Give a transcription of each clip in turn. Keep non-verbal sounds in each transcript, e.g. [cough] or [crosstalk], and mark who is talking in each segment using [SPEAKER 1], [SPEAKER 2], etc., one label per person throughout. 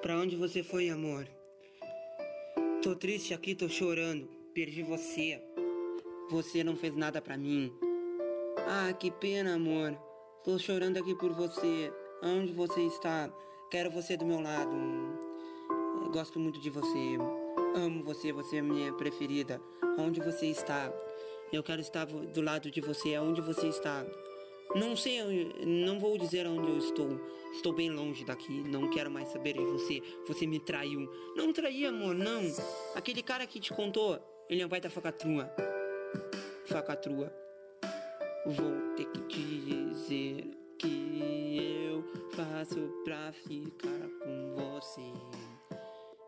[SPEAKER 1] Pra onde você foi, amor? Tô triste aqui, tô chorando. Perdi você. Você não fez nada pra mim. Ah, que pena, amor. Tô chorando aqui por você. Onde você está? Quero você do meu lado. Eu Gosto muito de você. Amo você, você é minha preferida. Onde você está? Eu quero estar vo- do lado de você. Aonde você está? Não sei, onde- não vou dizer onde eu estou. Estou bem longe daqui. Não quero mais saber de você. Você me traiu. Não traí, amor, não. Aquele cara que te contou, ele é um baita facatrua. Facatrua. Vou ter que te dizer que eu faço pra ficar com você.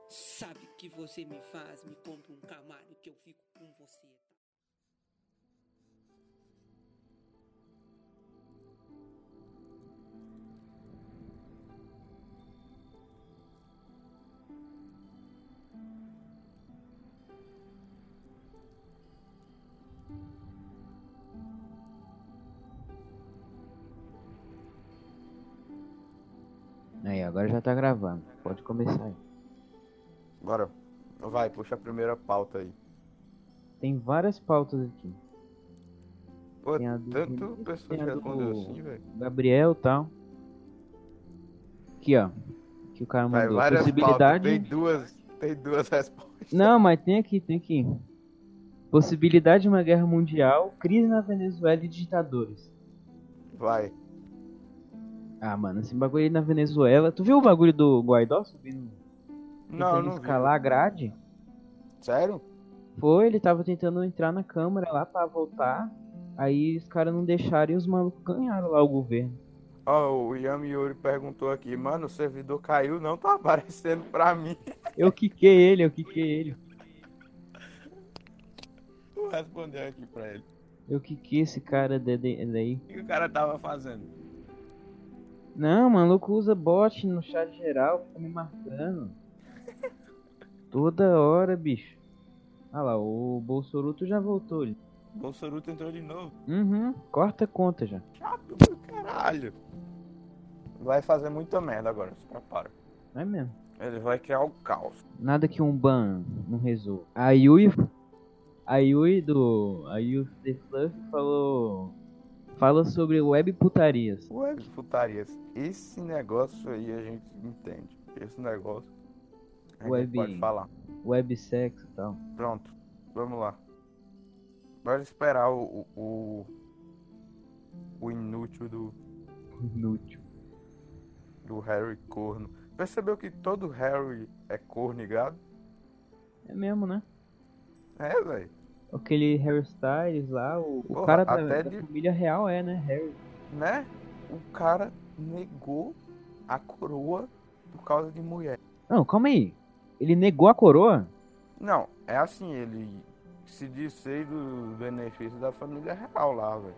[SPEAKER 1] Sabe que você me faz, me compra um camaro que eu fico com você. tá?
[SPEAKER 2] Aí, agora já tá gravando. Pode começar aí.
[SPEAKER 3] Bora. Vai, puxa a primeira pauta aí.
[SPEAKER 2] Tem várias pautas aqui.
[SPEAKER 3] Pô,
[SPEAKER 2] Tem a do
[SPEAKER 3] tanto
[SPEAKER 2] Vinícius,
[SPEAKER 3] pessoa que
[SPEAKER 2] tem a do-
[SPEAKER 3] respondeu assim, velho.
[SPEAKER 2] Gabriel e tal. Aqui, ó. Que o cara
[SPEAKER 3] Vai,
[SPEAKER 2] mandou.
[SPEAKER 3] várias pautas.
[SPEAKER 2] Possibilidade.
[SPEAKER 3] Tem duas, tem duas [laughs] respostas.
[SPEAKER 2] Não, mas tem aqui, tem aqui. Possibilidade de uma guerra mundial, crise na Venezuela e ditadores.
[SPEAKER 3] Vai.
[SPEAKER 2] Ah, mano, esse bagulho aí na Venezuela. Tu viu o bagulho do Guaidó subindo?
[SPEAKER 3] Não,
[SPEAKER 2] tentando
[SPEAKER 3] não vi.
[SPEAKER 2] escalar a grade?
[SPEAKER 3] Sério?
[SPEAKER 2] Foi, ele tava tentando entrar na câmara lá pra voltar. Aí os caras não deixaram e os malucos ganharam lá o governo.
[SPEAKER 3] Ó, o Yami Yuri perguntou aqui, mano, o servidor caiu, não tá [laughs] aparecendo pra mim.
[SPEAKER 2] Eu quiquei ele, eu quiquei ele.
[SPEAKER 3] Vou responder aqui pra ele.
[SPEAKER 2] Eu quiquei esse cara de- de- daí.
[SPEAKER 3] O que o cara tava fazendo?
[SPEAKER 2] Não, o maluco usa bot no chat geral, fica me marcando. Toda hora, bicho. Ah lá, o Bolsoruto já voltou ali.
[SPEAKER 3] Bolsoruto entrou de novo.
[SPEAKER 2] Uhum, corta a conta já.
[SPEAKER 3] Chato do caralho. Vai fazer muita merda agora, se prepara.
[SPEAKER 2] Não é mesmo?
[SPEAKER 3] Ele vai criar o caos.
[SPEAKER 2] Nada que um ban não resolva. A Yui. A Yui do. A Yui The Fluff falou. Fala sobre web putarias.
[SPEAKER 3] Ué, putarias. Esse negócio aí a gente entende. Esse negócio. A gente
[SPEAKER 2] Web-
[SPEAKER 3] pode falar.
[SPEAKER 2] Web sexo e tal. [laughs]
[SPEAKER 3] Pronto, vamos lá. Bora esperar o. o, o- o inútil do,
[SPEAKER 2] Inútil.
[SPEAKER 3] do Harry corno. Percebeu que todo Harry é cornigado?
[SPEAKER 2] É mesmo, né?
[SPEAKER 3] É, velho.
[SPEAKER 2] Aquele hairstyles lá, o, o
[SPEAKER 3] Porra,
[SPEAKER 2] cara da,
[SPEAKER 3] até
[SPEAKER 2] da
[SPEAKER 3] de-
[SPEAKER 2] família real é, né? Harry.
[SPEAKER 3] Né? O cara negou a coroa por causa de mulher.
[SPEAKER 2] Não, calma aí. Ele negou a coroa?
[SPEAKER 3] Não, é assim, ele se dissei do benefício da família real lá, velho.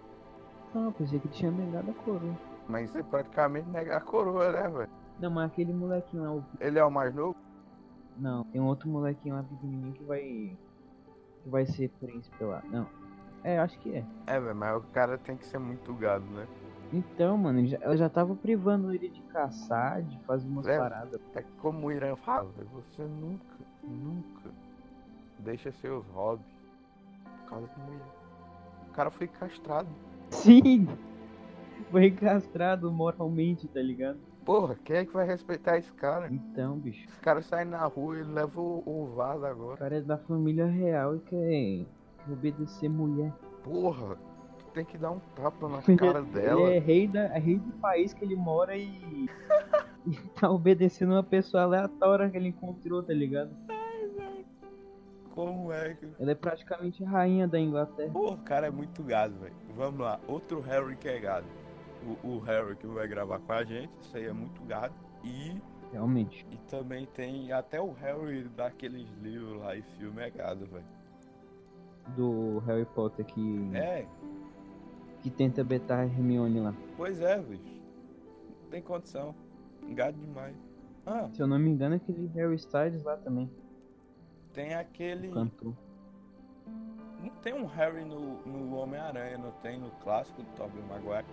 [SPEAKER 2] Não, eu pensei que ele tinha negado a coroa.
[SPEAKER 3] Mas você praticamente nega a coroa, né, velho?
[SPEAKER 2] Não, mas aquele molequinho lá. o-
[SPEAKER 3] Ele é o mais novo?
[SPEAKER 2] Não, tem um outro molequinho lá pequenininho que vai. que vai ser príncipe lá. Não. É, acho que é.
[SPEAKER 3] É, velho, mas o cara tem que ser muito gado, né?
[SPEAKER 2] Então, mano, ele já- ela já tava privando ele de caçar, de fazer umas
[SPEAKER 3] É.
[SPEAKER 2] paradas. [laughs]
[SPEAKER 3] É como o Irã fala, você nunca, nunca deixa seus hobbies por causa de mulher. O cara foi castrado.
[SPEAKER 2] Sim! Foi castrado moralmente, tá ligado?
[SPEAKER 3] Porra, quem é que vai respeitar esse cara?
[SPEAKER 2] Então, bicho.
[SPEAKER 3] Esse cara sai na rua, ele leva o, o vaso
[SPEAKER 2] O
[SPEAKER 3] agora.
[SPEAKER 2] cara é da família real e quer quer obedecer mulher.
[SPEAKER 3] Porra, tu tem que dar um tapa na
[SPEAKER 2] Filha
[SPEAKER 3] cara dela.
[SPEAKER 2] Ele é rei, da, é rei do país que ele mora e. [laughs] e tá obedecendo uma pessoa aleatória que ele encontrou, tá ligado?
[SPEAKER 3] Como é que.
[SPEAKER 2] Ela é praticamente a rainha da Inglaterra.
[SPEAKER 3] Porra, o cara é muito gado, velho. Vamos lá, outro Harry que é gado. O, o Harry que vai gravar com a gente, isso aí é muito gado. E
[SPEAKER 2] Realmente.
[SPEAKER 3] E também tem até o Harry daqueles livros lá e filme é gado, velho.
[SPEAKER 2] Do Harry Potter que.
[SPEAKER 3] É,
[SPEAKER 2] que tenta betar a Hermione lá.
[SPEAKER 3] pois é, bicho. Não tem condição. Gado demais. Ah,
[SPEAKER 2] Se eu não me engano, é aquele Harry Styles lá também
[SPEAKER 3] tem aquele.
[SPEAKER 2] cantou.
[SPEAKER 4] Não tem um Harry no, no Homem-Aranha, não tem no clássico do Tobey Maguire.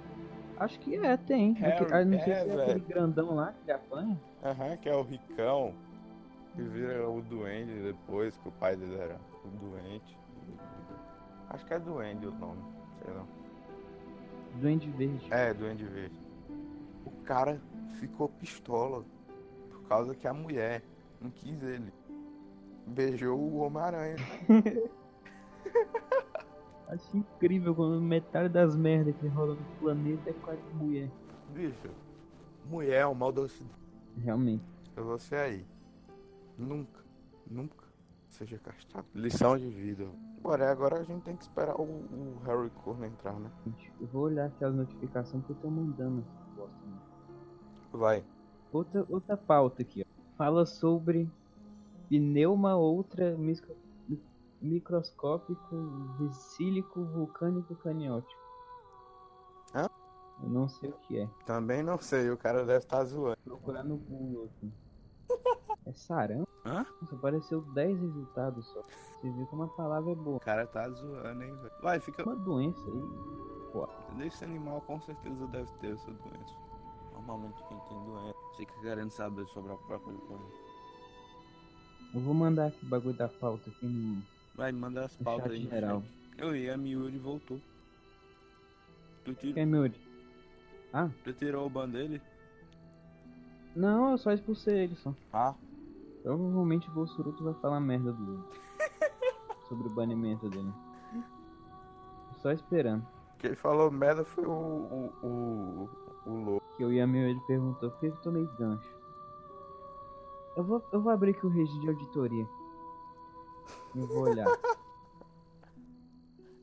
[SPEAKER 2] Acho que é, tem.
[SPEAKER 4] Harry,
[SPEAKER 2] Aqui- ah, não sei
[SPEAKER 4] é,
[SPEAKER 2] se é aquele
[SPEAKER 4] velho.
[SPEAKER 2] grandão lá que ele apanha.
[SPEAKER 4] Aham, que é o Ricão, que vira o Duende depois, que o pai dele era o Doente. Acho que é Duende o nome, sei não.
[SPEAKER 2] Duende Verde.
[SPEAKER 4] É, Duende Verde.
[SPEAKER 3] O cara ficou pistola por causa que a mulher não quis ele. Beijou o Homem-Aranha.
[SPEAKER 2] Acho incrível quando metade das merdas que rola no planeta é quase mulher.
[SPEAKER 3] Bicho, mulher é o mal da cidade.
[SPEAKER 2] Realmente.
[SPEAKER 3] Você aí. Nunca, nunca seja castrado. Lição de vida. Bora, agora a gente tem que esperar o, o Harry Corner entrar, né?
[SPEAKER 2] Gente, Eu vou olhar aqui as notificações que eu tô mandando essa bosta. né?
[SPEAKER 3] Vai.
[SPEAKER 2] Outra, outra pauta aqui, ó. Fala sobre pneuma outra misco- mi- microscópico vesílico vulcânico caniótico.
[SPEAKER 3] Hã?
[SPEAKER 2] Eu não sei o que é.
[SPEAKER 3] Também não sei, o cara deve estar zoando.
[SPEAKER 2] Procurar no Google aqui. É sarampo?
[SPEAKER 4] Hã?
[SPEAKER 2] Nossa, apareceu 10 resultados só. Você vê como a palavra é boa. É
[SPEAKER 4] O cara tá zoando, hein, velho. Vai, fica.
[SPEAKER 2] Uma doença aí.
[SPEAKER 4] Esse animal com certeza deve ter essa doença. Normalmente quem tem doença fica querendo saber sobre a própria coisa.
[SPEAKER 2] Eu vou mandar aqui o bagulho da pauta aqui no.
[SPEAKER 4] Vai, manda as
[SPEAKER 2] No
[SPEAKER 4] pautas
[SPEAKER 2] chat
[SPEAKER 4] aí. no
[SPEAKER 2] geral.
[SPEAKER 4] chat. Eu e a Miuri voltou. Tu, tir-
[SPEAKER 2] É meu. Ah,
[SPEAKER 4] tu tirou o ban dele?
[SPEAKER 2] não, eu só expulsei ele só.
[SPEAKER 3] Ah,
[SPEAKER 2] Provavelmente o Bolsoruto vai falar merda do. sobre o banimento dele. Só esperando.
[SPEAKER 3] quem falou merda foi o. o. o, o louco.
[SPEAKER 2] Que eu ia meu, ele perguntou por que eu tomei gancho. Eu vou, eu vou abrir aqui o registro de auditoria. Eu vou olhar.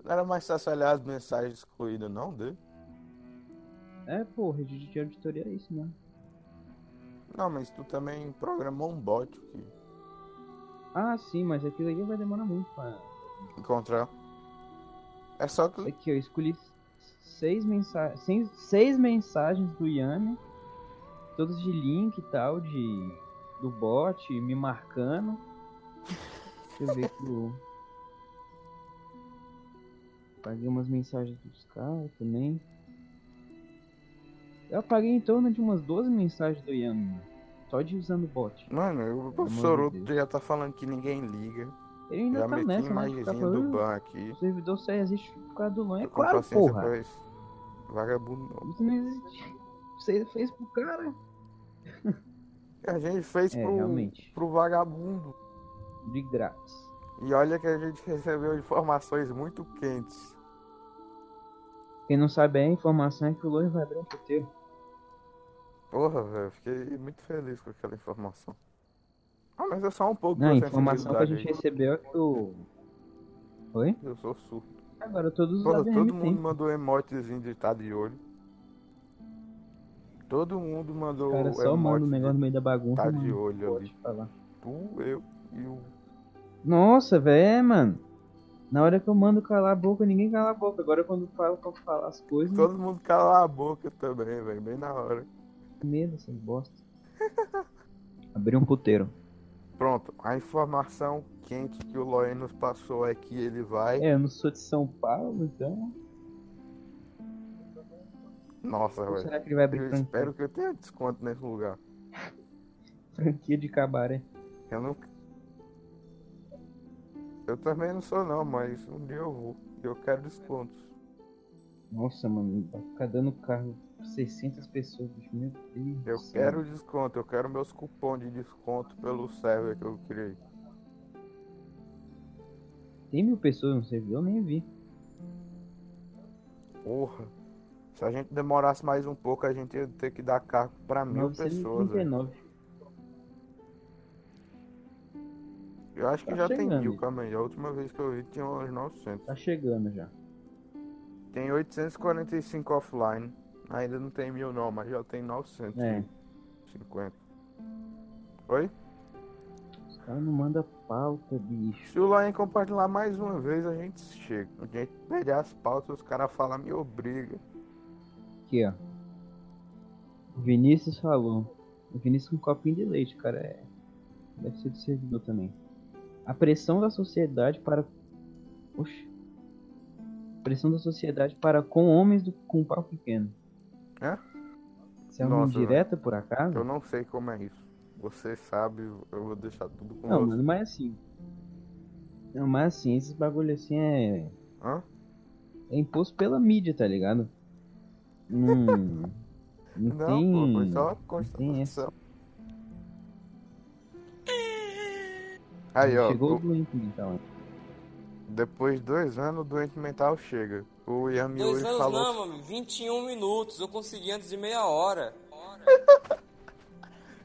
[SPEAKER 3] Não era mais fácil olhar as mensagens excluídas, não, dele?
[SPEAKER 2] é, pô, registro de auditoria é isso, né?
[SPEAKER 3] Não, mas tu também programou um bot que
[SPEAKER 2] Ah, sim, mas aquilo ali vai demorar muito pra.
[SPEAKER 3] encontrar. É só que.
[SPEAKER 2] Aqui, eu escolhi seis, mensa... seis, seis mensagens do Yami, todas de link e tal, de do bot, me marcando. Deixa eu ver que eu... Paguei umas mensagens dos caras também. Eu apaguei em torno de umas 12 mensagens do Yami, só de usando o bot.
[SPEAKER 3] Mano, o
[SPEAKER 2] Pelo amor de
[SPEAKER 3] Soruto
[SPEAKER 2] Deus.
[SPEAKER 3] já tá falando que ninguém liga.
[SPEAKER 2] Ele ainda
[SPEAKER 3] já
[SPEAKER 2] tá
[SPEAKER 3] meti
[SPEAKER 2] nessa, né? de ficar
[SPEAKER 3] imagenzinha do
[SPEAKER 2] falando,
[SPEAKER 3] ban aqui.
[SPEAKER 2] O servidor só existe por causa do LAN, é
[SPEAKER 3] Tô com
[SPEAKER 2] claro,
[SPEAKER 3] paciência
[SPEAKER 2] porra!
[SPEAKER 3] pra esse Vagabundo. não.
[SPEAKER 2] Isso não existe. Você fez pro cara.
[SPEAKER 3] A gente fez
[SPEAKER 2] É,
[SPEAKER 3] pro,
[SPEAKER 2] realmente.
[SPEAKER 3] pro vagabundo.
[SPEAKER 2] De grátis.
[SPEAKER 3] E olha que a gente recebeu informações muito quentes.
[SPEAKER 2] Quem não sabe aí, a informação é que o Lohan vai abrir um puteiro.
[SPEAKER 3] Porra, velho, fiquei muito feliz com aquela informação. Ah, mas é só um pouco
[SPEAKER 2] Não, a
[SPEAKER 3] da
[SPEAKER 2] informação que a gente
[SPEAKER 3] sensibilidade
[SPEAKER 2] recebeu é que o. Oi?
[SPEAKER 3] aí. Eu sou surdo.
[SPEAKER 2] Agora todos os
[SPEAKER 3] Porra,
[SPEAKER 2] ADM
[SPEAKER 3] todo
[SPEAKER 2] tem.
[SPEAKER 3] mundo mandou emotezinho de tá de olho. Todo mundo mandou
[SPEAKER 2] O cara só manda um
[SPEAKER 3] emote
[SPEAKER 2] negócio no
[SPEAKER 3] de
[SPEAKER 2] meio da bagunça.
[SPEAKER 3] tá de
[SPEAKER 2] mano.
[SPEAKER 3] olho
[SPEAKER 2] Pode
[SPEAKER 3] ali.
[SPEAKER 2] falar.
[SPEAKER 3] Tu, eu e o
[SPEAKER 2] Nossa, velho, mano. Na hora que eu mando calar a boca, ninguém cala a boca. Agora quando eu falo pra falar as coisas,
[SPEAKER 3] Todo mundo cala a boca também, velho, bem na hora.
[SPEAKER 2] tem medo essas bosta. [laughs] Abrir um puteiro.
[SPEAKER 3] Pronto, a informação quente que o Loen nos passou é que ele vai.
[SPEAKER 2] É, eu não sou de São Paulo, então.
[SPEAKER 3] Nossa,
[SPEAKER 2] Ou
[SPEAKER 3] velho.
[SPEAKER 2] será que ele vai abrir
[SPEAKER 3] Eu
[SPEAKER 2] franquia?
[SPEAKER 3] espero que eu tenha desconto nesse lugar.
[SPEAKER 2] franquia de cabaré?
[SPEAKER 3] Eu não. Eu também não sou não, mas um dia eu vou. E Eu quero descontos.
[SPEAKER 2] Nossa, mano, vai ficar dando carro pra 600 pessoas, bicho. Meu Deus. do
[SPEAKER 3] Eu
[SPEAKER 2] céu.
[SPEAKER 3] quero desconto, eu quero meus cupons de desconto pelo server que eu criei.
[SPEAKER 2] Tem mil pessoas no servidor, eu nem vi.
[SPEAKER 3] Porra. Se a gente demorasse mais um pouco, a gente ia ter que dar cargo pra mil pessoas. velho.
[SPEAKER 2] 939.
[SPEAKER 3] Eu acho que
[SPEAKER 2] Tá
[SPEAKER 3] já tem
[SPEAKER 2] chegando.
[SPEAKER 3] mil, calma aí. A última vez que eu vi tinha uns 900.
[SPEAKER 2] Tá chegando já.
[SPEAKER 3] Tem 845 offline. Ainda não tem mil não, mas já tem 950.
[SPEAKER 2] É,
[SPEAKER 3] Oi?
[SPEAKER 2] os caras não mandam pauta, bicho.
[SPEAKER 3] Se o Lion compartilhar mais uma vez, a gente chega. A gente perde as pautas, os caras falam, me obriga.
[SPEAKER 2] Aqui, ó. O Vinícius falou. O Vinícius com um copinho de leite, cara. É... Deve ser do servidor também. A pressão da sociedade para. Oxe. Pressão da sociedade para com homens do- com um pau pequeno.
[SPEAKER 1] Hã?
[SPEAKER 2] Você é uma
[SPEAKER 1] Nossa,
[SPEAKER 2] direta, por acaso?
[SPEAKER 1] Eu não sei como é isso. Você sabe, eu vou deixar tudo com
[SPEAKER 2] Não,
[SPEAKER 1] você.
[SPEAKER 2] mano, mas assim. Não, mas assim, esses bagulho assim é.
[SPEAKER 1] Hã?
[SPEAKER 2] É imposto pela mídia, tá ligado?
[SPEAKER 1] [laughs]
[SPEAKER 2] Hum, não,
[SPEAKER 1] Não,
[SPEAKER 2] tem.
[SPEAKER 1] pô, foi só uma
[SPEAKER 2] tem
[SPEAKER 1] constatação. Aí, ó,
[SPEAKER 2] Chegou o
[SPEAKER 1] o-
[SPEAKER 2] doente então.
[SPEAKER 1] depois de dois anos, o doente mental chega. O Yami
[SPEAKER 5] Dois
[SPEAKER 1] hoje
[SPEAKER 5] anos
[SPEAKER 1] falou.
[SPEAKER 5] não, mano. 21 minutos. Eu consegui antes de meia hora.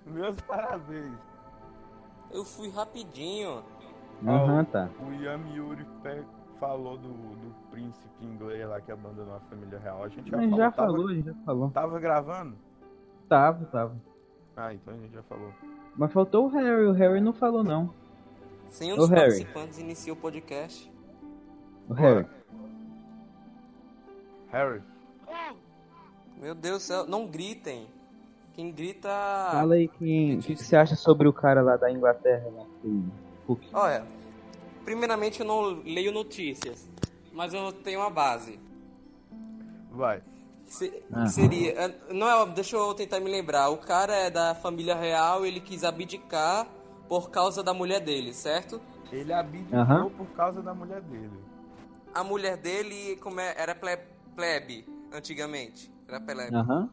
[SPEAKER 3] Meus parabéns.
[SPEAKER 5] Eu fui rapidinho.
[SPEAKER 2] Aham, tá.
[SPEAKER 3] O Yamiuri pe- falou do, do príncipe inglês lá que abandonou a família real. A gente já
[SPEAKER 2] Mas
[SPEAKER 3] falou.
[SPEAKER 2] já
[SPEAKER 3] tava-
[SPEAKER 2] falou, já falou.
[SPEAKER 3] tava gravando?
[SPEAKER 2] Tava, tava.
[SPEAKER 3] Ah, então a gente já falou.
[SPEAKER 2] Mas faltou o Harry, o Harry não falou não.
[SPEAKER 5] Sem um
[SPEAKER 2] Ô,
[SPEAKER 5] dos
[SPEAKER 2] Harry.
[SPEAKER 5] participantes iniciou o podcast.
[SPEAKER 2] O Harry.
[SPEAKER 3] Harry,
[SPEAKER 5] Meu Deus do céu, não gritem. Quem grita.
[SPEAKER 3] Ah,
[SPEAKER 2] Fala aí quem, o que, que você acha sobre o cara lá da Inglaterra, lá,
[SPEAKER 3] Hum.
[SPEAKER 2] o Cook?
[SPEAKER 5] Olha, primeiramente eu não leio notícias, mas eu tenho uma base.
[SPEAKER 3] vai.
[SPEAKER 5] Se-
[SPEAKER 2] Ah.
[SPEAKER 5] Seria. é, Não é, deixa eu tentar me lembrar. O cara é da família real, ele quis abdicar por causa da mulher dele, certo?
[SPEAKER 3] Ele abdicou
[SPEAKER 2] Aham.
[SPEAKER 3] por causa da mulher dele.
[SPEAKER 5] A mulher dele como é- era ple- plebe antigamente. Era plebe.
[SPEAKER 2] Aham.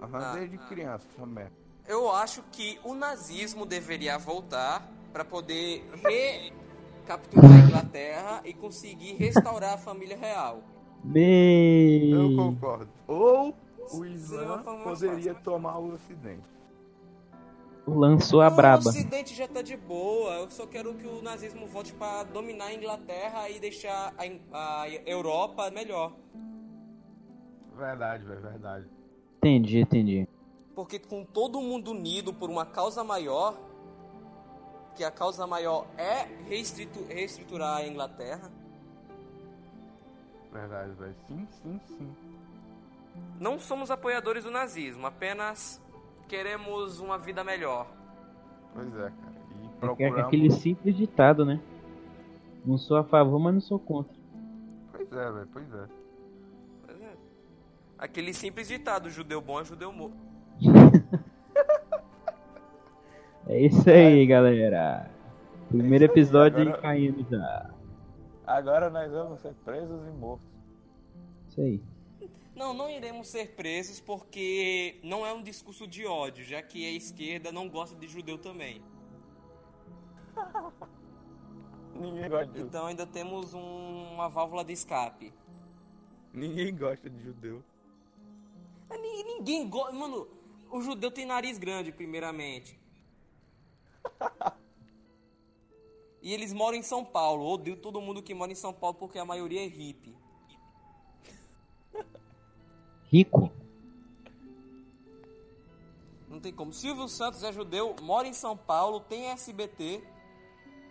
[SPEAKER 3] Aham,
[SPEAKER 5] Ah,
[SPEAKER 3] desde criança, essa merda.
[SPEAKER 5] Eu acho que o nazismo deveria voltar para poder recapturar a Inglaterra e conseguir restaurar a família real.
[SPEAKER 2] Bem.
[SPEAKER 1] Eu concordo. Ou o
[SPEAKER 5] Seria uma
[SPEAKER 1] Islã
[SPEAKER 5] forma mais
[SPEAKER 3] Poderia
[SPEAKER 5] fácil.
[SPEAKER 3] tomar o ocidente.
[SPEAKER 2] Lançou a
[SPEAKER 5] Não, O
[SPEAKER 2] Tá braba.
[SPEAKER 5] Ocidente já tá de boa. Eu só quero que o nazismo volte pra dominar a Inglaterra e deixar a, In- a Europa melhor.
[SPEAKER 3] Verdade, velho, verdade.
[SPEAKER 2] Entendi, entendi. É
[SPEAKER 5] Porque com todo mundo unido por uma causa maior, que a causa maior é reestritu- reestruturar a Inglaterra,
[SPEAKER 3] Verdade, velho. Sim, sim, sim.
[SPEAKER 5] não somos apoiadores do nazismo, apenas queremos uma vida melhor.
[SPEAKER 3] Pois é, cara. E
[SPEAKER 2] É que-
[SPEAKER 3] procuramos.
[SPEAKER 2] Aquele simples ditado, né? Não sou a favor, mas não sou contra.
[SPEAKER 3] Pois é, velho, pois é.
[SPEAKER 5] Pois é. Aquele simples ditado, judeu bom é judeu morto.
[SPEAKER 2] É isso aí, galera. Primeiro
[SPEAKER 3] É isso aí,
[SPEAKER 2] episódio
[SPEAKER 3] agora-
[SPEAKER 2] aí caindo já.
[SPEAKER 3] Agora nós vamos ser presos e mortos.
[SPEAKER 2] Isso aí.
[SPEAKER 5] Não, não iremos ser presos porque não é um discurso de ódio, já que a esquerda não gosta de judeu também.
[SPEAKER 3] Ninguém gosta de,
[SPEAKER 5] Então ainda temos um- uma válvula de escape.
[SPEAKER 3] Ninguém gosta de judeu.
[SPEAKER 5] Mas ni- ninguém gosta. Mano, o judeu tem nariz grande, primeiramente. [laughs] E eles moram em São Paulo. Odeio todo mundo que mora em São Paulo porque a maioria é hippie.
[SPEAKER 2] Rico?
[SPEAKER 5] Não tem como. Silvio Santos é judeu, mora em São Paulo, tem SBT.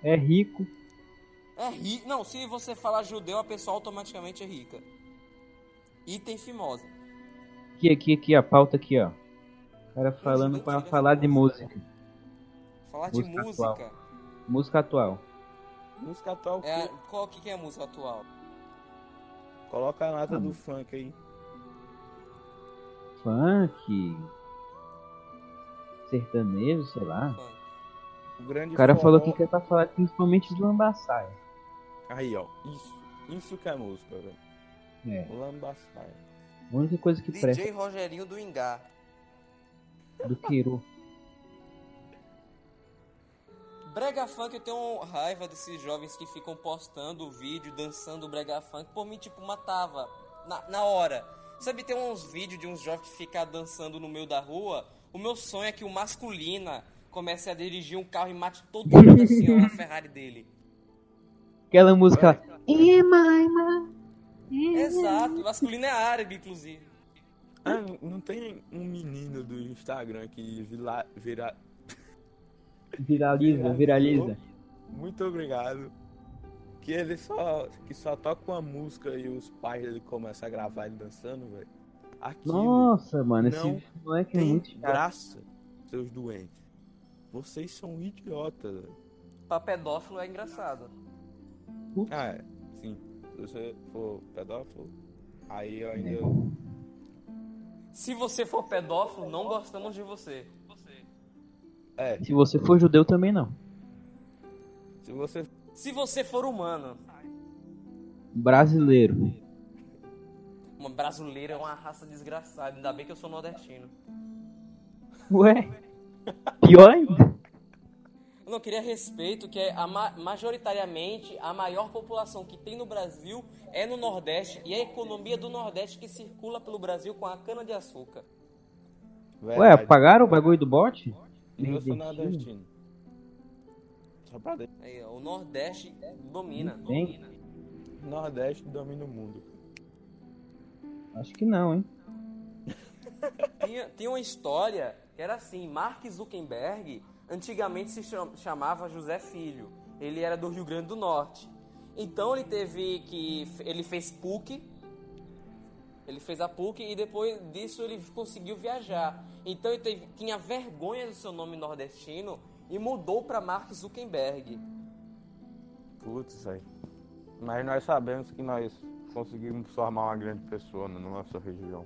[SPEAKER 2] É rico.
[SPEAKER 5] É rico. Não, se você falar judeu, a pessoa automaticamente é rica. E tem fimosa.
[SPEAKER 2] Aqui, aqui, aqui, a pauta aqui, ó. O cara falando pra falar de música.
[SPEAKER 5] Falar de
[SPEAKER 2] Música
[SPEAKER 5] música.
[SPEAKER 2] Música atual.
[SPEAKER 3] Música atual,
[SPEAKER 5] É, a- qual que que é a música atual?
[SPEAKER 3] coloca a nata
[SPEAKER 2] Ah,
[SPEAKER 3] do
[SPEAKER 2] mano.
[SPEAKER 3] funk aí.
[SPEAKER 2] Funk. Sertanejo, sei lá.
[SPEAKER 3] O grande
[SPEAKER 2] O cara falou
[SPEAKER 3] forró.
[SPEAKER 2] que quer pra falar principalmente de lambaçaia.
[SPEAKER 3] Aí, ó. Isso. Isso que é música, velho.
[SPEAKER 2] É.
[SPEAKER 3] Lambaçaia.
[SPEAKER 2] A única coisa que presta é
[SPEAKER 5] DJ Rogerinho do Ingá.
[SPEAKER 2] do Queiroz.
[SPEAKER 5] Brega Funk, eu tenho raiva desses jovens que ficam postando o vídeo, dançando Brega Funk. Por mim, tipo, matava na, na hora. Sabe, tem uns vídeos de uns jovens que ficam dançando no meio da rua. O meu sonho é que o masculina comece a dirigir um carro e mate todo mundo assim, ó, na Ferrari dele.
[SPEAKER 2] Aquela música lá. Ima, ima.
[SPEAKER 5] Exato, masculino é árabe, inclusive.
[SPEAKER 3] Ah, n- não tem um menino do Instagram que vira, vira...
[SPEAKER 2] Viraliza, viraliza.
[SPEAKER 3] Muito obrigado. Que ele só, que só toca uma música e os pais dele começam a gravar ele dançando, velho. Aquilo
[SPEAKER 2] Nossa, mano, esse
[SPEAKER 3] Não
[SPEAKER 2] moleque é
[SPEAKER 3] tem
[SPEAKER 2] muito chato.
[SPEAKER 3] graça, seus doentes. Vocês são idiotas, velho.
[SPEAKER 5] Pra pedófilo é engraçado.
[SPEAKER 3] Ah, é, sim. se você for pedófilo, aí eu ainda.
[SPEAKER 5] Se você for pedófilo, não gostamos de você.
[SPEAKER 3] É,
[SPEAKER 2] Se você for judeu também não.
[SPEAKER 3] se você
[SPEAKER 5] Se você for humano,
[SPEAKER 2] Brasileiro.
[SPEAKER 5] uma brasileira é uma raça desgraçada. Ainda bem que eu sou nordestino.
[SPEAKER 2] Ué? Pior ainda.
[SPEAKER 5] Eu não queria respeito, que é a ma- majoritariamente a maior população que tem no Brasil é no Nordeste e é a economia do Nordeste que circula pelo Brasil com a cana-de-açúcar.
[SPEAKER 2] Ué,
[SPEAKER 3] É Verdade. é
[SPEAKER 2] apagaram o bagulho do bote?
[SPEAKER 3] E eu
[SPEAKER 2] Nordestino?
[SPEAKER 3] sou nordestino. Só pra dentro.
[SPEAKER 5] Aí, ó, o Nordeste domina.
[SPEAKER 2] Bem.
[SPEAKER 5] domina.
[SPEAKER 3] Nordeste domina o mundo.
[SPEAKER 2] Acho que não, hein?
[SPEAKER 5] Tinha, tinha uma história que era assim: Mark Zuckerberg antigamente se cham- chamava José Filho. Ele era do Rio Grande do Norte. Então ele teve que. Ele fez PUC. Ele fez a PUC e depois disso ele conseguiu viajar. Então ele teve- tinha vergonha do seu nome nordestino e mudou para Mark Zuckerberg.
[SPEAKER 3] Putz, aí. Mas nós sabemos que nós conseguimos formar uma grande pessoa na nossa região.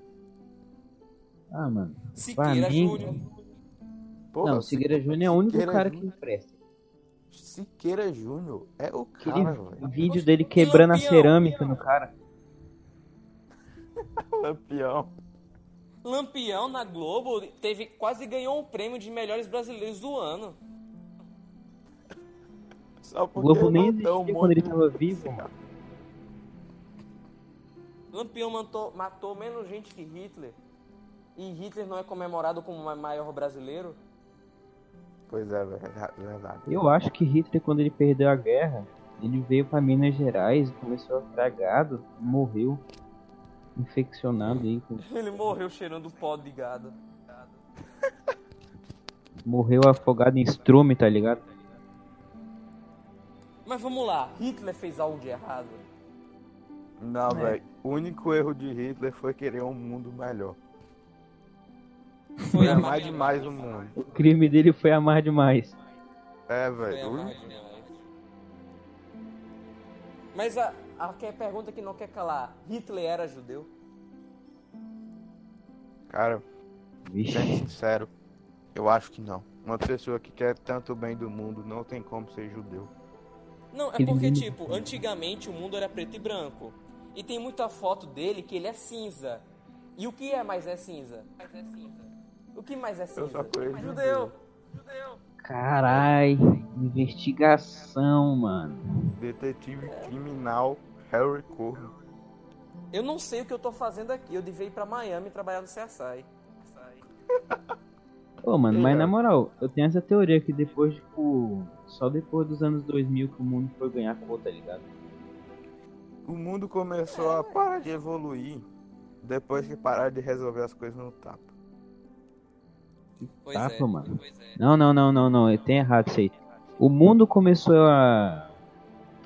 [SPEAKER 2] Ah, mano.
[SPEAKER 5] Siqueira
[SPEAKER 2] mim-
[SPEAKER 5] Júnior.
[SPEAKER 6] Porra,
[SPEAKER 2] não, Siqueira Júnior é o único
[SPEAKER 6] Siqueira
[SPEAKER 2] cara
[SPEAKER 6] Júnior.
[SPEAKER 2] que empresta.
[SPEAKER 6] Siqueira Júnior é o
[SPEAKER 2] Aquele
[SPEAKER 6] cara, velho.
[SPEAKER 2] vídeo dele quebrando a cerâmica no cara.
[SPEAKER 3] Campeão.
[SPEAKER 5] Lampião na Globo teve quase ganhou um prêmio de melhores brasileiros do ano.
[SPEAKER 3] Só
[SPEAKER 2] O
[SPEAKER 3] porque um
[SPEAKER 2] Globo nem
[SPEAKER 3] não
[SPEAKER 2] existia
[SPEAKER 3] dão muito-
[SPEAKER 2] quando ele tava vivo, mano.
[SPEAKER 5] Lampião matou, matou menos gente que Hitler. E Hitler não é comemorado como o ma- maior brasileiro? [laughs]
[SPEAKER 6] Pois é, velho, é verdade.
[SPEAKER 2] Eu acho que Hitler, quando ele perdeu a guerra, ele veio pra Minas Gerais, começou a ficar gado, morreu. Infeccionado aí, com-
[SPEAKER 5] Ele morreu cheirando pó de gado.
[SPEAKER 2] morreu afogado em estrume, tá ligado?
[SPEAKER 5] Mas vamos lá, Hitler fez algo de errado.
[SPEAKER 3] Não,
[SPEAKER 5] É.
[SPEAKER 3] velho. O único erro de Hitler foi querer um mundo melhor.
[SPEAKER 5] Foi
[SPEAKER 3] Amar É demais o um mundo.
[SPEAKER 2] O crime dele foi amar demais.
[SPEAKER 3] É,
[SPEAKER 5] Foi
[SPEAKER 3] velho. o
[SPEAKER 5] amar
[SPEAKER 3] único-
[SPEAKER 5] demais. Mas a, a que- pergunta que não quer calar, Hitler era judeu?
[SPEAKER 3] Cara, sendo
[SPEAKER 2] Vixe,
[SPEAKER 3] sincero, eu acho que não. Uma pessoa que quer tanto o bem do mundo não tem como ser judeu.
[SPEAKER 5] Não, é
[SPEAKER 2] Ele
[SPEAKER 5] porque,
[SPEAKER 2] não-
[SPEAKER 5] tipo, antigamente o mundo era preto e branco. E tem muita foto dele que ele é cinza. E o que é mais é cinza? O que mais é cinza?
[SPEAKER 3] só conheço
[SPEAKER 5] Judeu.
[SPEAKER 2] carai, investigação, mano.
[SPEAKER 3] Detetive criminal Harry Corno.
[SPEAKER 5] Eu não sei o que eu tô fazendo aqui. Eu devia ir pra Miami trabalhar no CSI.
[SPEAKER 2] Ô, mano, mas na moral, eu tenho essa teoria que depois, tipo, só depois dos anos 2000 que o mundo foi ganhar cor, tá ligado?
[SPEAKER 3] O mundo começou a parar de evoluir depois que pararam de resolver as coisas no tapa.
[SPEAKER 5] Pois
[SPEAKER 2] Tapa,
[SPEAKER 5] é.
[SPEAKER 2] mano.
[SPEAKER 5] Pois é.
[SPEAKER 2] Não, não, não, não, não, tem errado isso aí. O mundo começou a,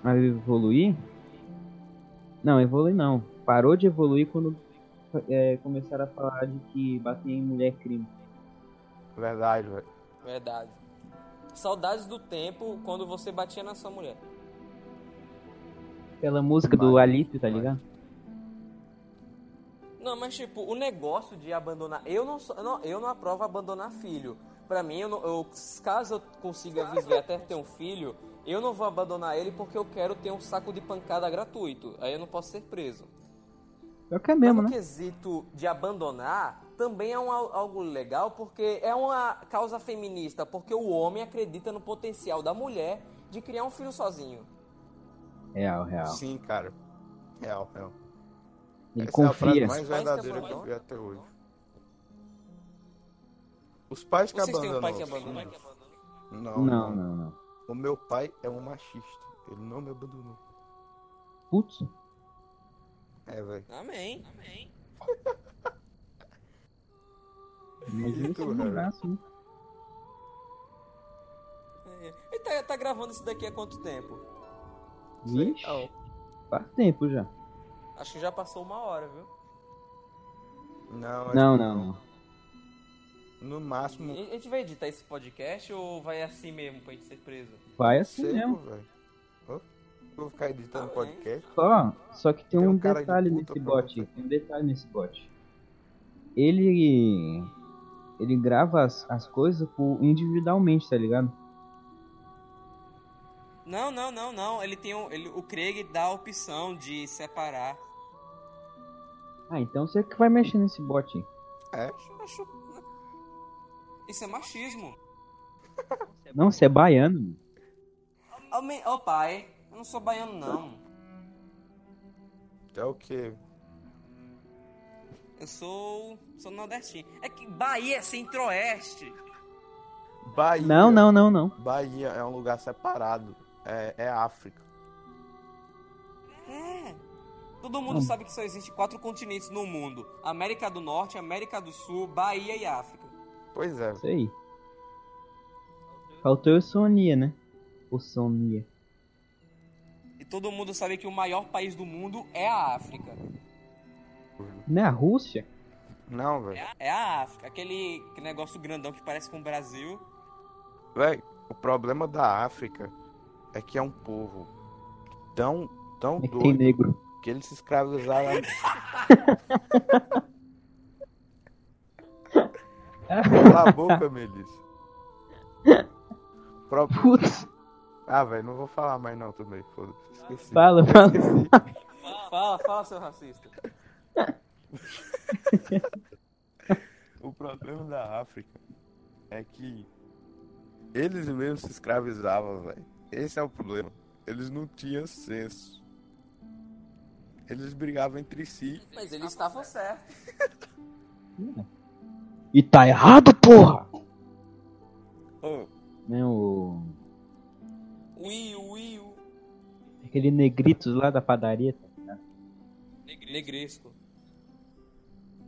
[SPEAKER 2] a evoluir. Não, evoluir não. Parou de evoluir quando é, começaram a falar de que bater em mulher é crime.
[SPEAKER 3] Verdade, velho.
[SPEAKER 5] Verdade. Saudades do tempo quando você batia na sua mulher.
[SPEAKER 2] Aquela música do Alip, tá ligado?
[SPEAKER 5] Não, mas tipo, o negócio de abandonar. Eu não, sou- não- eu não aprovo abandonar filho. Pra mim, eu, não- eu- caso eu consiga viver até ter um filho, eu não vou abandonar ele porque eu quero ter um saco de pancada gratuito. Aí eu não posso ser preso.
[SPEAKER 2] Pior que é
[SPEAKER 5] Mas
[SPEAKER 2] mesmo,
[SPEAKER 5] no
[SPEAKER 2] né?
[SPEAKER 5] quesito de abandonar, também é um al- algo legal porque é uma causa feminista, porque o homem acredita no potencial da mulher de criar um filho sozinho.
[SPEAKER 2] Real, real.
[SPEAKER 3] Sim, cara. Real, real.
[SPEAKER 2] Ele
[SPEAKER 3] Essa é a frase
[SPEAKER 2] confia.
[SPEAKER 3] mais verdadeira que eu vi até hoje. Os pais que
[SPEAKER 5] Vocês têm
[SPEAKER 3] abandonaram.
[SPEAKER 5] um pai que
[SPEAKER 3] os
[SPEAKER 5] abandona?
[SPEAKER 3] filhos? Não,
[SPEAKER 2] Não, não, não.
[SPEAKER 3] O meu pai é um machista. Ele não me abandonou.
[SPEAKER 2] Putz,
[SPEAKER 3] É, velho.
[SPEAKER 5] Amém.
[SPEAKER 2] imagina
[SPEAKER 3] E
[SPEAKER 2] se
[SPEAKER 3] tu, Harry?
[SPEAKER 2] mandasse, né?
[SPEAKER 5] É. Ele tá, tá gravando isso daqui há quanto tempo?
[SPEAKER 2] Vixe, faz tempo já.
[SPEAKER 5] Acho que já passou uma hora, viu?
[SPEAKER 3] Não, acho
[SPEAKER 2] Não,
[SPEAKER 3] que
[SPEAKER 2] não, não.
[SPEAKER 3] No máximo,
[SPEAKER 5] A gente vai editar esse podcast ou vai assim mesmo pra gente ser preso?
[SPEAKER 2] Vai assim
[SPEAKER 3] seco,
[SPEAKER 2] mesmo.
[SPEAKER 3] velho.
[SPEAKER 7] Vou ficar
[SPEAKER 5] Ah,
[SPEAKER 7] editando
[SPEAKER 5] é?
[SPEAKER 7] podcast.
[SPEAKER 2] Só, só que tem,
[SPEAKER 7] Tem
[SPEAKER 2] um,
[SPEAKER 7] um cara de
[SPEAKER 2] detalhe
[SPEAKER 7] puta
[SPEAKER 2] nesse
[SPEAKER 7] pra
[SPEAKER 2] bot.
[SPEAKER 7] você.
[SPEAKER 2] Tem um detalhe nesse bot. Ele. Ele grava as, as coisas por- individualmente, tá ligado?
[SPEAKER 5] Não, não, não, não. Ele tem um, ele, o Craig dá a opção de separar.
[SPEAKER 2] Ah, então você que vai mexer nesse bot.
[SPEAKER 3] É.
[SPEAKER 5] Acho- acho- né? Isso é machismo.
[SPEAKER 2] Não, você é baiano. mano.
[SPEAKER 5] Ô me- ô, pai, eu não sou baiano não.
[SPEAKER 7] É o que?
[SPEAKER 5] Eu sou sou nordestino. É que Bahia é centro-oeste.
[SPEAKER 7] Bahia.
[SPEAKER 2] Não, não, não, não.
[SPEAKER 7] Bahia é um lugar separado. É, é África.
[SPEAKER 5] É. Todo mundo
[SPEAKER 2] Hum.
[SPEAKER 5] sabe que só existe quatro continentes no mundo: América do Norte, América do Sul, Bahia e África.
[SPEAKER 7] Pois é.
[SPEAKER 2] Isso aí. Faltou eu sonia, né? Ou sonia.
[SPEAKER 5] E todo mundo sabe que o maior país do mundo é a África.
[SPEAKER 2] Não é a Rússia?
[SPEAKER 7] Não, velho.
[SPEAKER 5] É a África, aquele aquele negócio grandão que parece com o Brasil.
[SPEAKER 7] Véi, o problema da África é que é um povo tão, tão
[SPEAKER 2] É que tem
[SPEAKER 7] doido
[SPEAKER 2] negro.
[SPEAKER 7] que eles se escravizaram. Cala a boca, Melissa. Pro-
[SPEAKER 2] Putz,
[SPEAKER 7] Ah, velho, não vou falar mais não também. Foda-se. Esqueci.
[SPEAKER 2] fala,
[SPEAKER 7] [laughs]
[SPEAKER 2] fala.
[SPEAKER 7] Esqueci.
[SPEAKER 5] Fala, fala, seu racista.
[SPEAKER 7] O problema da África é que eles mesmos se escravizavam, velho. Esse é o problema. Eles não tinham senso. Eles brigavam entre si.
[SPEAKER 5] Mas eles estavam certos.
[SPEAKER 2] E tá errado, porra!
[SPEAKER 7] Ô,
[SPEAKER 2] Né, o.
[SPEAKER 5] Ui, ui, ui.
[SPEAKER 2] Aquele negritos lá da padaria. tá ligado?
[SPEAKER 5] Negresco.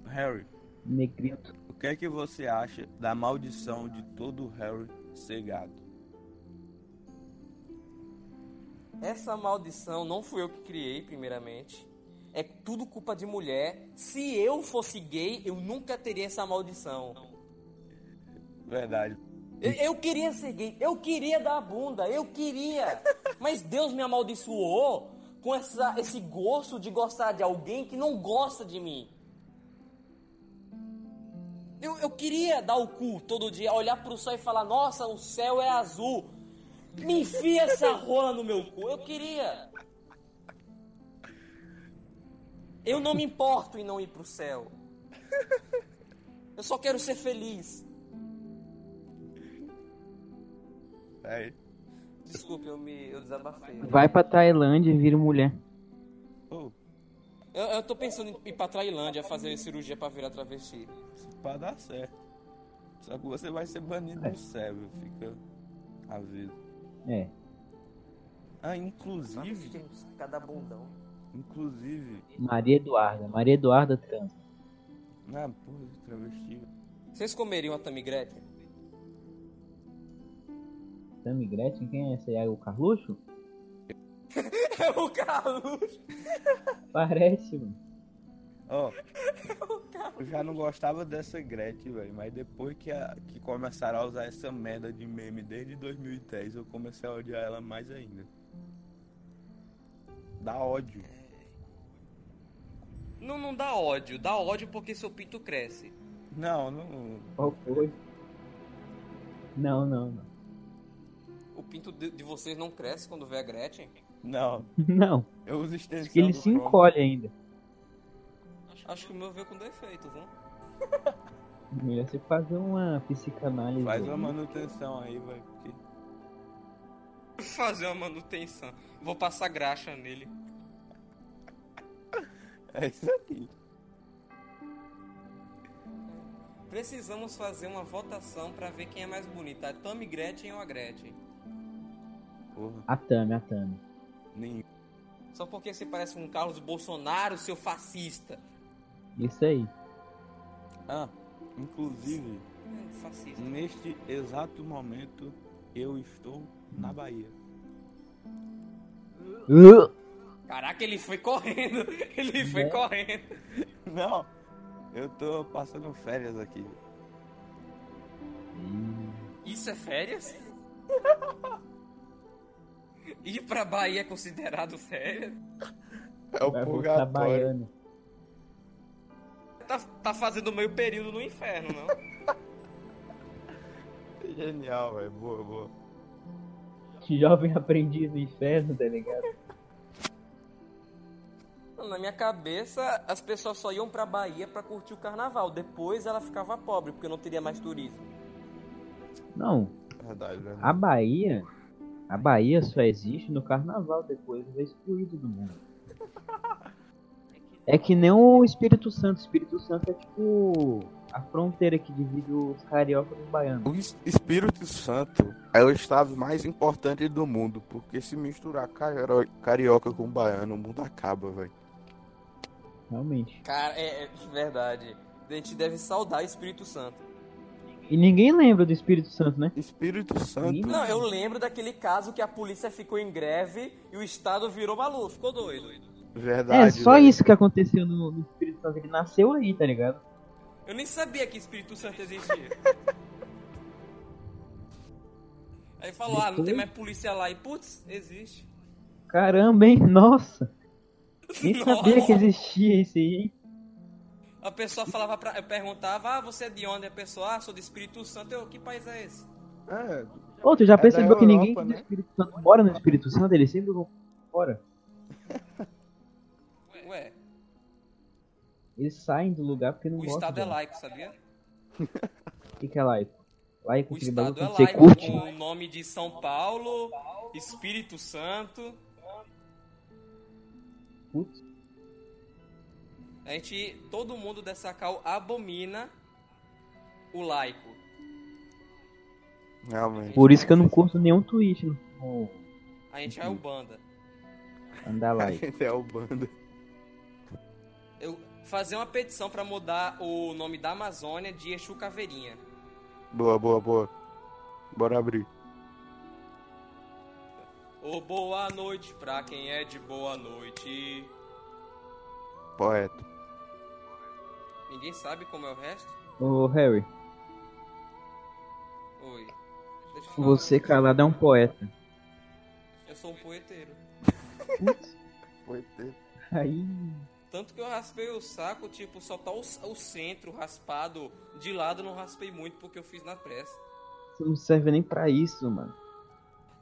[SPEAKER 3] Harry,
[SPEAKER 2] Negrito.
[SPEAKER 3] o que é que você acha da maldição de todo Harry ser gato?
[SPEAKER 5] Essa maldição não fui eu que criei, primeiramente. É tudo culpa de mulher. Se eu fosse gay, eu nunca teria essa maldição.
[SPEAKER 3] Verdade.
[SPEAKER 5] Eu, eu queria ser gay, eu queria dar a bunda, eu queria. Mas Deus me amaldiçoou com essa, esse gosto de gostar de alguém que não gosta de mim. Eu, eu queria dar o cu todo dia, olhar pro sol e falar: Nossa, o céu é azul. Me enfia essa rola no meu cu. Eu queria. Eu não me importo em não ir pro céu. Eu só quero ser feliz.
[SPEAKER 7] véi.
[SPEAKER 5] Desculpe, eu me eu desabafei.
[SPEAKER 2] Vai pra Tailândia e vira mulher.
[SPEAKER 3] Ô,
[SPEAKER 5] Eu, eu tô pensando em ir pra Tailândia fazer cirurgia pra virar travesti.
[SPEAKER 3] pra dar certo. Só que você vai ser banido do cérebro, fica aviso.
[SPEAKER 2] É.
[SPEAKER 3] Ah,
[SPEAKER 5] Sabe que
[SPEAKER 3] inclusive,
[SPEAKER 5] tem cada bundão.
[SPEAKER 3] inclusive,
[SPEAKER 2] Maria Eduarda. Maria Eduarda trans.
[SPEAKER 3] na porra de travesti.
[SPEAKER 5] Vocês comeriam a tamigrete?
[SPEAKER 2] Sammy Gretchen, quem é esse aí? O Carluxo?
[SPEAKER 5] [laughs] É o Carlos!
[SPEAKER 2] Parece, mano.
[SPEAKER 3] Ó, eu já não gostava dessa Gretchen, velho, mas depois que, a, que começaram a usar essa merda de meme desde 2010, eu comecei a odiar ela mais ainda. Dá ódio.
[SPEAKER 5] Não, não dá ódio. Dá ódio porque seu pinto cresce.
[SPEAKER 3] Não, não.
[SPEAKER 2] Qual foi? Não, não, não. [laughs]
[SPEAKER 5] O pinto de, de vocês não cresce quando vê a Gretchen?
[SPEAKER 3] Não.
[SPEAKER 2] Não.
[SPEAKER 3] Eu uso extensão.
[SPEAKER 2] Acho que ele
[SPEAKER 3] do
[SPEAKER 2] se
[SPEAKER 3] Chrome.
[SPEAKER 2] encolhe ainda.
[SPEAKER 5] Acho que o meu veio com defeito, viu?
[SPEAKER 2] Melhor você fazer uma psicanálise.
[SPEAKER 3] Faz uma
[SPEAKER 2] aí.
[SPEAKER 3] manutenção aí, velho. Porque...
[SPEAKER 5] Fazer uma manutenção. Vou passar graxa nele.
[SPEAKER 3] É isso aqui.
[SPEAKER 5] Precisamos fazer uma votação pra ver quem é mais bonita, a Tammy Gretchen ou a Gretchen.
[SPEAKER 3] Porra,
[SPEAKER 2] A Tami, a Tami.
[SPEAKER 3] nenhum.
[SPEAKER 5] Só porque você parece com um Carlos Bolsonaro, seu fascista.
[SPEAKER 2] Isso aí.
[SPEAKER 3] Ah, inclusive,
[SPEAKER 5] É, Fascista.
[SPEAKER 3] neste exato momento, eu estou na Bahia.
[SPEAKER 2] Uh!
[SPEAKER 5] Caraca, ele foi correndo. [laughs] Ele foi
[SPEAKER 2] Né?
[SPEAKER 5] correndo.
[SPEAKER 3] Não, eu tô passando férias aqui.
[SPEAKER 5] Isso é férias? [laughs] Ir pra Bahia é considerado férias?
[SPEAKER 4] É o
[SPEAKER 2] Vai voltar
[SPEAKER 4] purgatório.
[SPEAKER 2] baiano.
[SPEAKER 5] Tá, tá fazendo meio período no inferno, não?
[SPEAKER 4] Genial, velho. Boa, boa.
[SPEAKER 2] Jovem aprendiz do inferno, tá ligado?
[SPEAKER 5] Na minha cabeça, as pessoas só iam pra Bahia pra curtir o carnaval. Depois ela ficava pobre, porque não teria mais turismo.
[SPEAKER 2] Não,
[SPEAKER 4] Verdade, né? verdade.
[SPEAKER 2] a Bahia. A Bahia só existe no carnaval depois, é excluído do
[SPEAKER 5] [laughs]
[SPEAKER 2] mundo. É que nem o Espírito Santo. O Espírito Santo é tipo a fronteira que divide os carioca dos baianos.
[SPEAKER 4] O Es- Espírito Santo é o estado mais importante do mundo, porque se misturar caro- carioca com baiano, o mundo acaba, velho.
[SPEAKER 2] Realmente.
[SPEAKER 5] Cara, é, é verdade. A gente deve saudar Espírito Santo.
[SPEAKER 2] E ninguém lembra do Espírito Santo, né?
[SPEAKER 4] Espírito Santo. é
[SPEAKER 5] Não, eu lembro daquele caso que a polícia ficou em greve e o Estado virou maluco, ficou doido.
[SPEAKER 4] Verdade.
[SPEAKER 2] é só
[SPEAKER 4] velho.
[SPEAKER 2] isso que aconteceu no, no Espírito Santo. Ele nasceu aí, tá ligado?
[SPEAKER 5] Eu nem sabia que Espírito
[SPEAKER 2] [laughs]
[SPEAKER 5] Santo existia. Aí falou, ah, não tem mais polícia lá. E putz, existe.
[SPEAKER 2] Caramba, hein? [laughs] Nossa! [laughs] Nem
[SPEAKER 5] Nossa.
[SPEAKER 2] sabia que existia isso aí, hein?
[SPEAKER 5] A pessoa falava pra. Eu perguntava, ah, você é de onde? A pessoa, ah, sou do Espírito Santo. Eu, que país é esse?
[SPEAKER 4] É,
[SPEAKER 2] Ô, tu já
[SPEAKER 4] da
[SPEAKER 2] percebeu que ninguém
[SPEAKER 4] Europa,
[SPEAKER 2] que do
[SPEAKER 4] né?
[SPEAKER 2] Espírito Santo mora no Espírito Santo? Eles sempre vão fora.
[SPEAKER 5] Ué,
[SPEAKER 2] Eles saem do lugar porque não
[SPEAKER 5] o
[SPEAKER 2] gostam.
[SPEAKER 5] Estado é
[SPEAKER 2] dela.
[SPEAKER 5] laico, sabia?
[SPEAKER 2] O que, que é laico? Laico,
[SPEAKER 5] O
[SPEAKER 2] aquele
[SPEAKER 5] Estado
[SPEAKER 2] bagulho
[SPEAKER 5] é
[SPEAKER 2] que você
[SPEAKER 5] laico,
[SPEAKER 2] curte?
[SPEAKER 5] com o nome de São Paulo, Espírito Santo.
[SPEAKER 2] Putz,
[SPEAKER 5] A gente, todo mundo dessa cal abomina o laico.
[SPEAKER 4] realmente.
[SPEAKER 2] Por isso que eu não curto nenhum tweet né? no no
[SPEAKER 5] A gente
[SPEAKER 2] Uhum.
[SPEAKER 5] é Ubanda.
[SPEAKER 2] andar
[SPEAKER 4] [laughs] A
[SPEAKER 2] laico.
[SPEAKER 4] gente é o bando.
[SPEAKER 5] Eu fazer uma petição pra mudar o nome da Amazônia de Exu Caveirinha.
[SPEAKER 4] Boa, boa, boa. Bora abrir.
[SPEAKER 5] Ô, boa noite pra quem é de boa noite.
[SPEAKER 4] Poeta.
[SPEAKER 5] Ninguém sabe como é o resto?
[SPEAKER 2] Ô, Harry,
[SPEAKER 5] Oi. Deixa eu falar.
[SPEAKER 2] você calado é um poeta.
[SPEAKER 5] Eu sou um poeteiro.
[SPEAKER 2] Putz,
[SPEAKER 4] Poeta.
[SPEAKER 2] aí.
[SPEAKER 5] Tanto que eu raspei o saco, tipo, só tá o, o centro raspado. De lado eu não raspei muito porque eu fiz na pressa.
[SPEAKER 2] Você não serve nem pra isso, mano.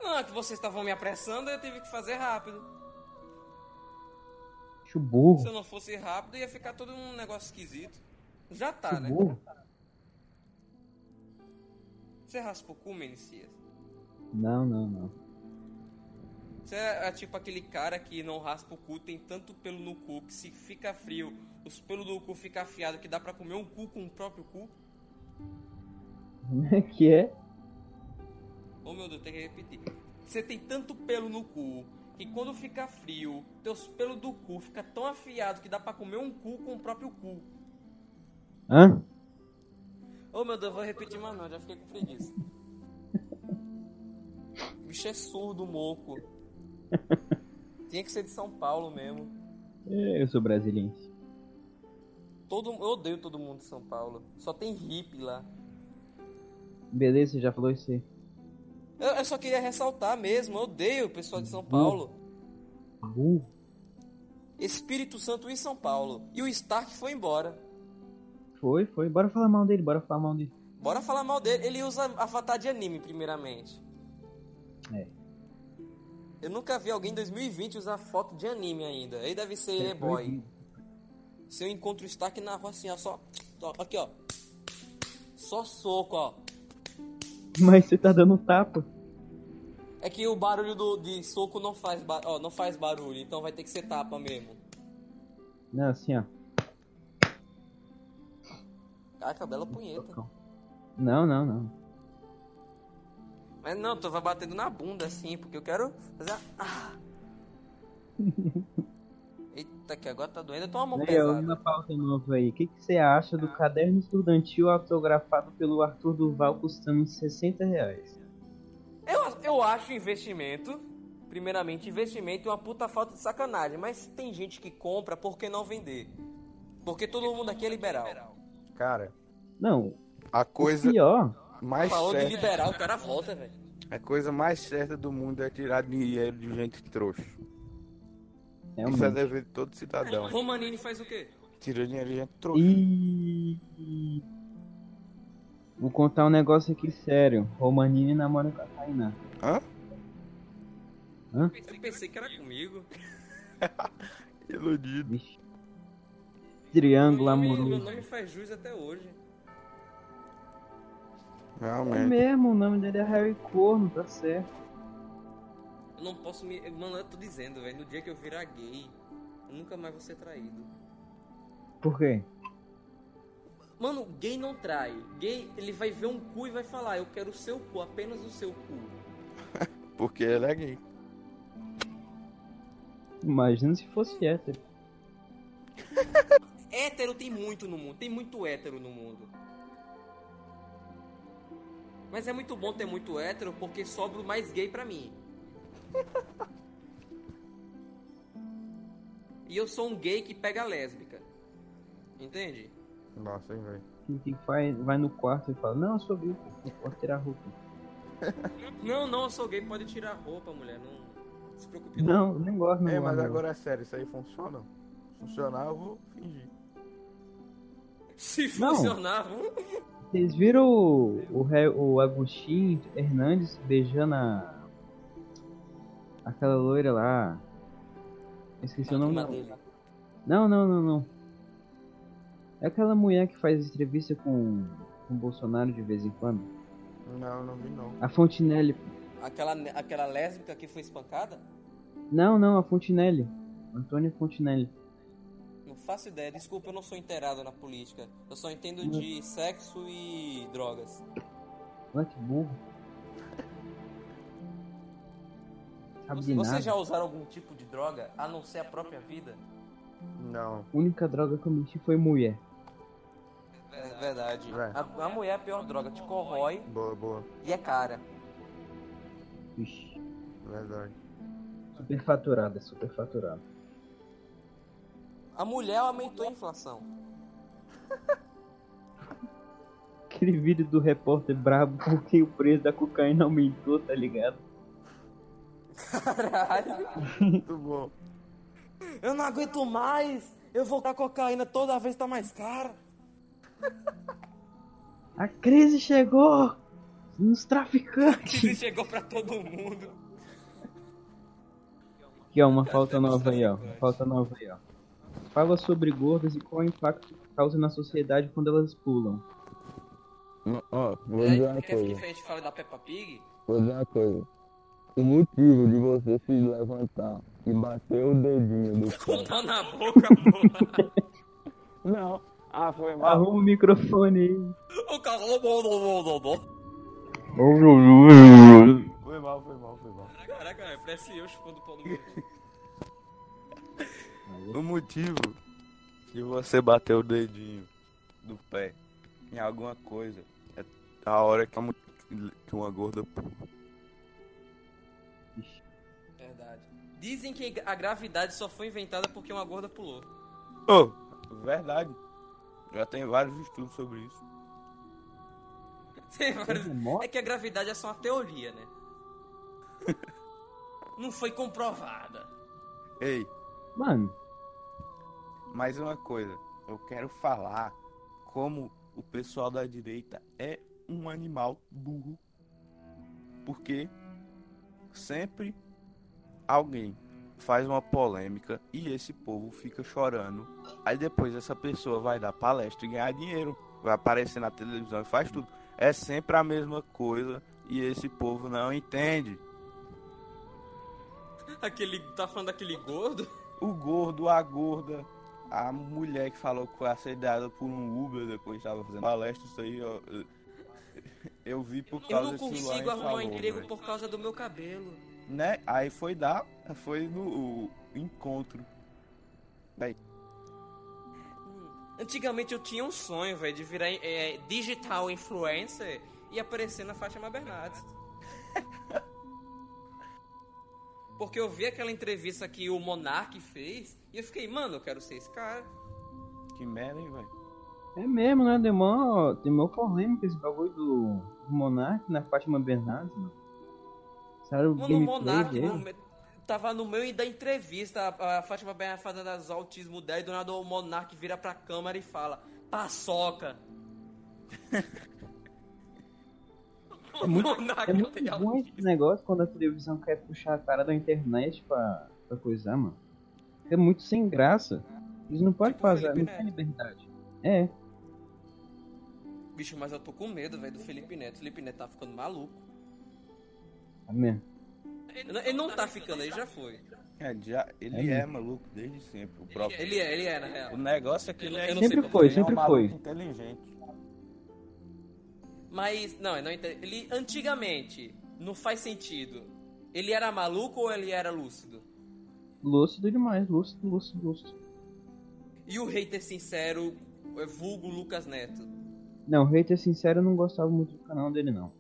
[SPEAKER 5] Não, é que vocês estavam me apressando, eu tive que fazer rápido.
[SPEAKER 2] Acho
[SPEAKER 5] Se
[SPEAKER 2] burro.
[SPEAKER 5] eu não fosse rápido, ia ficar todo um negócio esquisito. Já tá,
[SPEAKER 2] Acho
[SPEAKER 5] né?
[SPEAKER 2] burro.
[SPEAKER 5] Você raspa o cu, Menicias.
[SPEAKER 2] Não, não, não.
[SPEAKER 5] Você é, é tipo aquele cara que não raspa o cu, tem tanto pelo no cu que se fica frio, os pelos do cu fica afiado que dá pra comer um cu com o próprio cu.
[SPEAKER 2] Como é que é?
[SPEAKER 5] Ô Oh, meu Deus, tem que repetir. Você tem tanto pelo no cu que quando fica frio, teus pelos do cu fica tão afiado que dá pra comer um cu com o próprio cu.
[SPEAKER 2] Hã?
[SPEAKER 5] Ô Oh, meu Deus, vou repetir mais não, já fiquei com preguiça. O bicho é surdo, moco. Tinha que ser de São Paulo mesmo.
[SPEAKER 2] É, Eu sou brasiliense.
[SPEAKER 5] Todo, eu odeio todo mundo de São Paulo. Só tem hippie lá.
[SPEAKER 2] Beleza, você já falou isso aí.
[SPEAKER 5] Eu, eu só queria ressaltar mesmo, eu odeio o pessoal de São Paulo.
[SPEAKER 2] Burro.
[SPEAKER 5] Espírito Santo e São Paulo. E o Stark foi embora.
[SPEAKER 2] Foi, foi. Bora falar mal dele, bora falar mal dele.
[SPEAKER 5] Bora falar mal dele. Ele usa avatar de anime, primeiramente.
[SPEAKER 2] É.
[SPEAKER 5] Eu nunca vi alguém em 2020 usar foto de anime ainda. Ele deve ser
[SPEAKER 2] É,
[SPEAKER 5] é boy. Se eu encontro o Stark na rua assim, ó, só. só aqui, ó. Só soco, ó.
[SPEAKER 2] Mas você tá dando um tapa.
[SPEAKER 5] É que o barulho do, de soco não faz, ba- ó, não faz barulho, então vai ter que ser tapa mesmo.
[SPEAKER 2] Não, assim, ó.
[SPEAKER 5] Caraca, bela punheta.
[SPEAKER 2] Não, não, não.
[SPEAKER 5] Mas não, tu vai batendo na bunda assim, porque eu quero fazer. a- Ah.
[SPEAKER 2] [laughs]
[SPEAKER 5] Eita, que agora tá doendo, eu tô uma mão
[SPEAKER 2] É,
[SPEAKER 5] pesada.
[SPEAKER 2] uma pauta nova aí. O que, que você acha do caderno estudantil autografado pelo Arthur Duval custando 60 reais?
[SPEAKER 5] Eu, eu acho investimento, primeiramente, investimento é uma puta falta de sacanagem, mas tem gente que compra, por que não vender? Porque todo mundo aqui é liberal.
[SPEAKER 4] Cara,
[SPEAKER 2] Não,
[SPEAKER 4] a
[SPEAKER 2] o
[SPEAKER 4] coisa
[SPEAKER 2] pior.
[SPEAKER 4] mais
[SPEAKER 5] Falou de
[SPEAKER 4] certa.
[SPEAKER 5] liberal, o cara volta, velho.
[SPEAKER 3] A coisa mais certa do mundo é tirar dinheiro de gente trouxa. Isso é
[SPEAKER 2] Realmente.
[SPEAKER 3] dever de todo cidadão.
[SPEAKER 5] Romanini faz o quê?
[SPEAKER 3] Tira dinheiro de gente trouxa.
[SPEAKER 2] E... Vou contar um negócio aqui sério. Romanini namora com a Tainá.
[SPEAKER 3] Hã?
[SPEAKER 5] Eu pensei que era comigo.
[SPEAKER 3] Iludido.
[SPEAKER 2] Vixe. Triângulo
[SPEAKER 5] Meu nome- Meu
[SPEAKER 2] amoroso.
[SPEAKER 5] nome faz jus até hoje.
[SPEAKER 2] É
[SPEAKER 3] Realmente.
[SPEAKER 2] mesmo, o nome dele é Harry Corno, tá certo.
[SPEAKER 5] Eu não posso me. Mano, eu tô dizendo, velho. No dia que eu virar gay, eu nunca mais vou ser traído.
[SPEAKER 2] Por quê?
[SPEAKER 5] Mano, gay não trai. Gay, ele vai ver um cu e vai falar: Eu quero o seu cu, apenas o seu cu.
[SPEAKER 3] Porque ele é gay.
[SPEAKER 2] Imagina se fosse hétero.
[SPEAKER 5] Hétero tem muito no mundo, tem muito hétero no mundo. Mas é muito bom ter muito hétero porque sobra o mais gay pra mim. e eu sou um gay que pega a lésbica. Entende?
[SPEAKER 3] Nossa, hein, velho.
[SPEAKER 2] Quem que vai, vai no quarto e fala, não, eu sou gay, pô, pode tirar a roupa.
[SPEAKER 5] Não, não, eu sou gay, pode tirar a roupa, mulher. Não se preocupe.
[SPEAKER 2] Não, eu nem gosto, não.
[SPEAKER 3] É, mas
[SPEAKER 2] gosto, não.
[SPEAKER 3] agora é sério, isso aí funciona? Funcionar, eu vou fingir.
[SPEAKER 5] [laughs] Se
[SPEAKER 2] Não.
[SPEAKER 5] funcionar, hum,
[SPEAKER 2] Vocês viram o, o, Re- o Agostinho Hernandes beijando a. aquela loira lá? Esqueci o nome
[SPEAKER 5] Prima
[SPEAKER 2] dela.
[SPEAKER 5] dele.
[SPEAKER 2] Não, não, não, não. É aquela mulher que faz entrevista com, com o Bolsonaro de vez em quando.
[SPEAKER 3] Não, não vi não.
[SPEAKER 2] A Fontinelli.
[SPEAKER 5] Aquela, aquela lésbica que foi espancada?
[SPEAKER 2] Não, não, a Fontinelli. Antônia Fontinelli.
[SPEAKER 5] Não faço ideia, desculpa, eu não sou inteirado na política. Eu só entendo de sexo e drogas.
[SPEAKER 2] Olha que burro. Sabe de nada.
[SPEAKER 5] Vocês já usaram algum tipo de droga a não ser a própria vida?
[SPEAKER 3] Não.
[SPEAKER 2] A única droga que eu menti foi mulher.
[SPEAKER 5] É verdade.
[SPEAKER 3] Vai.
[SPEAKER 5] A, a mulher é a pior droga, te corrói
[SPEAKER 3] Boa, boa.
[SPEAKER 5] e é cara.
[SPEAKER 2] Vixe.
[SPEAKER 3] Verdade.
[SPEAKER 4] [laughs]
[SPEAKER 2] Superfaturada, superfaturada.
[SPEAKER 5] A mulher aumentou a inflação. [laughs]
[SPEAKER 2] Aquele vídeo do repórter brabo porque o preço da cocaína aumentou, tá ligado?
[SPEAKER 5] Caralho.
[SPEAKER 3] Muito bom.
[SPEAKER 5] Eu não aguento mais! Eu vou com a cocaína toda vez tá mais cara. [laughs]
[SPEAKER 2] A crise chegou nos traficantes.
[SPEAKER 5] Ele chegou pra todo mundo.
[SPEAKER 2] Aqui, ó, uma falta nova aí, ó. Uma falta nova aí, ó. Fala sobre gordas e qual é o impacto que causa na sociedade quando elas pulam.
[SPEAKER 4] Ó, vou dizer
[SPEAKER 5] É,
[SPEAKER 4] uma
[SPEAKER 5] quer que
[SPEAKER 4] coisa.
[SPEAKER 5] a gente fale da Peppa Pig?
[SPEAKER 4] Vou dizer uma coisa. O motivo de você se levantar e bater o dedinho do
[SPEAKER 5] Com
[SPEAKER 4] pé.
[SPEAKER 5] dó na boca, porra.
[SPEAKER 4] Não. Ah, foi mal.
[SPEAKER 2] Arruma o microfone aí.
[SPEAKER 5] O cara falou, bom, bom, bom, bom, bom.
[SPEAKER 3] Foi mal, foi mal, foi mal.
[SPEAKER 5] Caraca, velho, parece eu chupando o pau do meu.
[SPEAKER 3] O motivo
[SPEAKER 8] Se você bater o dedinho do pé em alguma coisa, é a hora que uma, que uma gorda pula.
[SPEAKER 5] [laughs] Verdade. Dizem que a gravidade só foi inventada porque uma gorda pulou. [laughs]
[SPEAKER 8] Ô, verdade. Já tem vários estudos sobre isso.
[SPEAKER 5] Tem vários-
[SPEAKER 2] Remota?
[SPEAKER 5] É que a gravidade é só uma teoria, né? Não foi comprovada.
[SPEAKER 8] Ei,
[SPEAKER 2] Mano,
[SPEAKER 8] mais uma coisa. Eu quero falar como o pessoal da direita é um animal burro. Porque sempre alguém faz uma polêmica e esse povo fica chorando. Aí depois essa pessoa vai dar palestra e ganhar dinheiro. Vai aparecer na televisão e faz tudo. É sempre a mesma coisa e esse povo não entende.
[SPEAKER 5] Aquele. Tá falando daquele gordo?
[SPEAKER 8] O gordo, a gorda, a mulher que falou que foi assediada por um Uber depois estava fazendo palestra, isso aí eu, eu- eu vi por
[SPEAKER 5] Eu
[SPEAKER 8] causa
[SPEAKER 5] não
[SPEAKER 8] que o Luan
[SPEAKER 5] consigo arrumar
[SPEAKER 8] falou, né?
[SPEAKER 5] emprego
[SPEAKER 8] velho.
[SPEAKER 5] por causa do meu cabelo.
[SPEAKER 8] Né? Aí foi dar, foi no o encontro.
[SPEAKER 5] Antigamente eu tinha um sonho, velho, de virar é, digital influencer e aparecer na Fátima
[SPEAKER 2] [laughs]
[SPEAKER 5] Bernardes. Porque eu vi aquela entrevista que o Monark fez e eu fiquei, mano, eu quero ser esse cara.
[SPEAKER 8] Que merda, hein, velho?
[SPEAKER 2] é mesmo, né? Tem mó, tem mó polêmica esse bagulho do, do Monark na Fátima Bernardes, mano. Sabe o
[SPEAKER 5] Mano, o
[SPEAKER 2] gameplay
[SPEAKER 5] Monark
[SPEAKER 2] dele?
[SPEAKER 5] no me- tava no meio da entrevista, a, a Fátima Bernardes fazendo as autismo dela, e do nada o Monark vira pra câmera e fala, paçoca.
[SPEAKER 2] [laughs] É muito-
[SPEAKER 5] o Monark
[SPEAKER 2] É muito
[SPEAKER 5] tem
[SPEAKER 2] bom esse negócio quando a televisão quer puxar a cara da internet pra, pra coisar, mano. É muito sem graça. Eles não podem
[SPEAKER 5] Tipo o
[SPEAKER 2] fazer, não
[SPEAKER 5] Felipe
[SPEAKER 2] tem
[SPEAKER 5] Neto.
[SPEAKER 2] liberdade. É,
[SPEAKER 5] Bicho, mas eu tô com medo, velho, do Felipe Neto. O Felipe Neto tá ficando maluco.
[SPEAKER 2] tá mesmo.
[SPEAKER 5] Ele não- ele não tá ficando, ele já foi.
[SPEAKER 8] É, já, ele é, maluco desde sempre. O, próprio.
[SPEAKER 5] Ele é, ele é, na
[SPEAKER 8] o
[SPEAKER 5] real.
[SPEAKER 8] negócio é que ele é
[SPEAKER 5] Eu não sei
[SPEAKER 8] inteligente,
[SPEAKER 2] Sempre
[SPEAKER 5] como
[SPEAKER 2] foi,
[SPEAKER 8] ele é um
[SPEAKER 2] sempre
[SPEAKER 8] maluco
[SPEAKER 2] foi.
[SPEAKER 8] inteligente.
[SPEAKER 5] Mas, não, ele não inte- ele antigamente, não faz sentido. Ele era maluco ou ele era lúcido?
[SPEAKER 2] Lúcido demais, lúcido, lúcido, lúcido.
[SPEAKER 5] E o hater sincero, é vulgo Lucas Neto.
[SPEAKER 2] Não, o hater sincero eu não gostava muito do canal dele, não.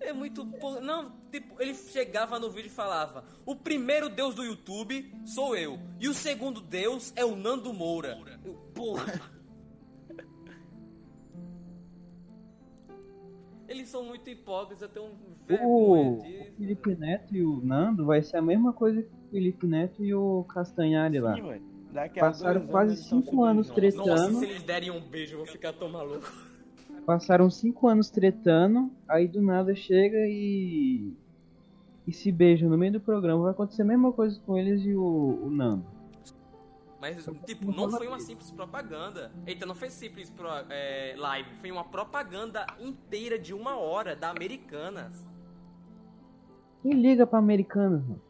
[SPEAKER 5] É muito. po- Não, tipo, ele chegava no vídeo e falava: O primeiro Deus do YouTube sou eu. E o segundo Deus é o Nando Moura. Eu, porra. [laughs] Eles são muito hipócritas, eu tenho vergonha
[SPEAKER 2] O, o
[SPEAKER 5] disso.
[SPEAKER 2] Felipe Neto e o Nando vai ser a mesma coisa que o Felipe Neto e o Castanhari lá.
[SPEAKER 8] Sim, ué. Daqui a
[SPEAKER 2] Passaram
[SPEAKER 8] dois
[SPEAKER 2] quase
[SPEAKER 8] eles estão
[SPEAKER 2] cinco anos
[SPEAKER 8] civilizando.
[SPEAKER 2] três
[SPEAKER 5] Nossa,
[SPEAKER 2] anos.
[SPEAKER 5] se eles derem um beijo, eu vou ficar tão maluco.
[SPEAKER 2] Passaram cinco anos tretando, aí do nada chega e. e se beija no meio do programa. Vai acontecer a mesma coisa com eles e o, o Nando.
[SPEAKER 5] Mas,
[SPEAKER 2] Eu
[SPEAKER 5] tipo,
[SPEAKER 2] vou
[SPEAKER 5] não
[SPEAKER 2] falar
[SPEAKER 5] foi uma
[SPEAKER 2] dele.
[SPEAKER 5] simples propaganda. Eita, não foi simples pro, é, live. Foi uma propaganda inteira de uma hora da Americanas.
[SPEAKER 2] Quem liga pra americanos, mano?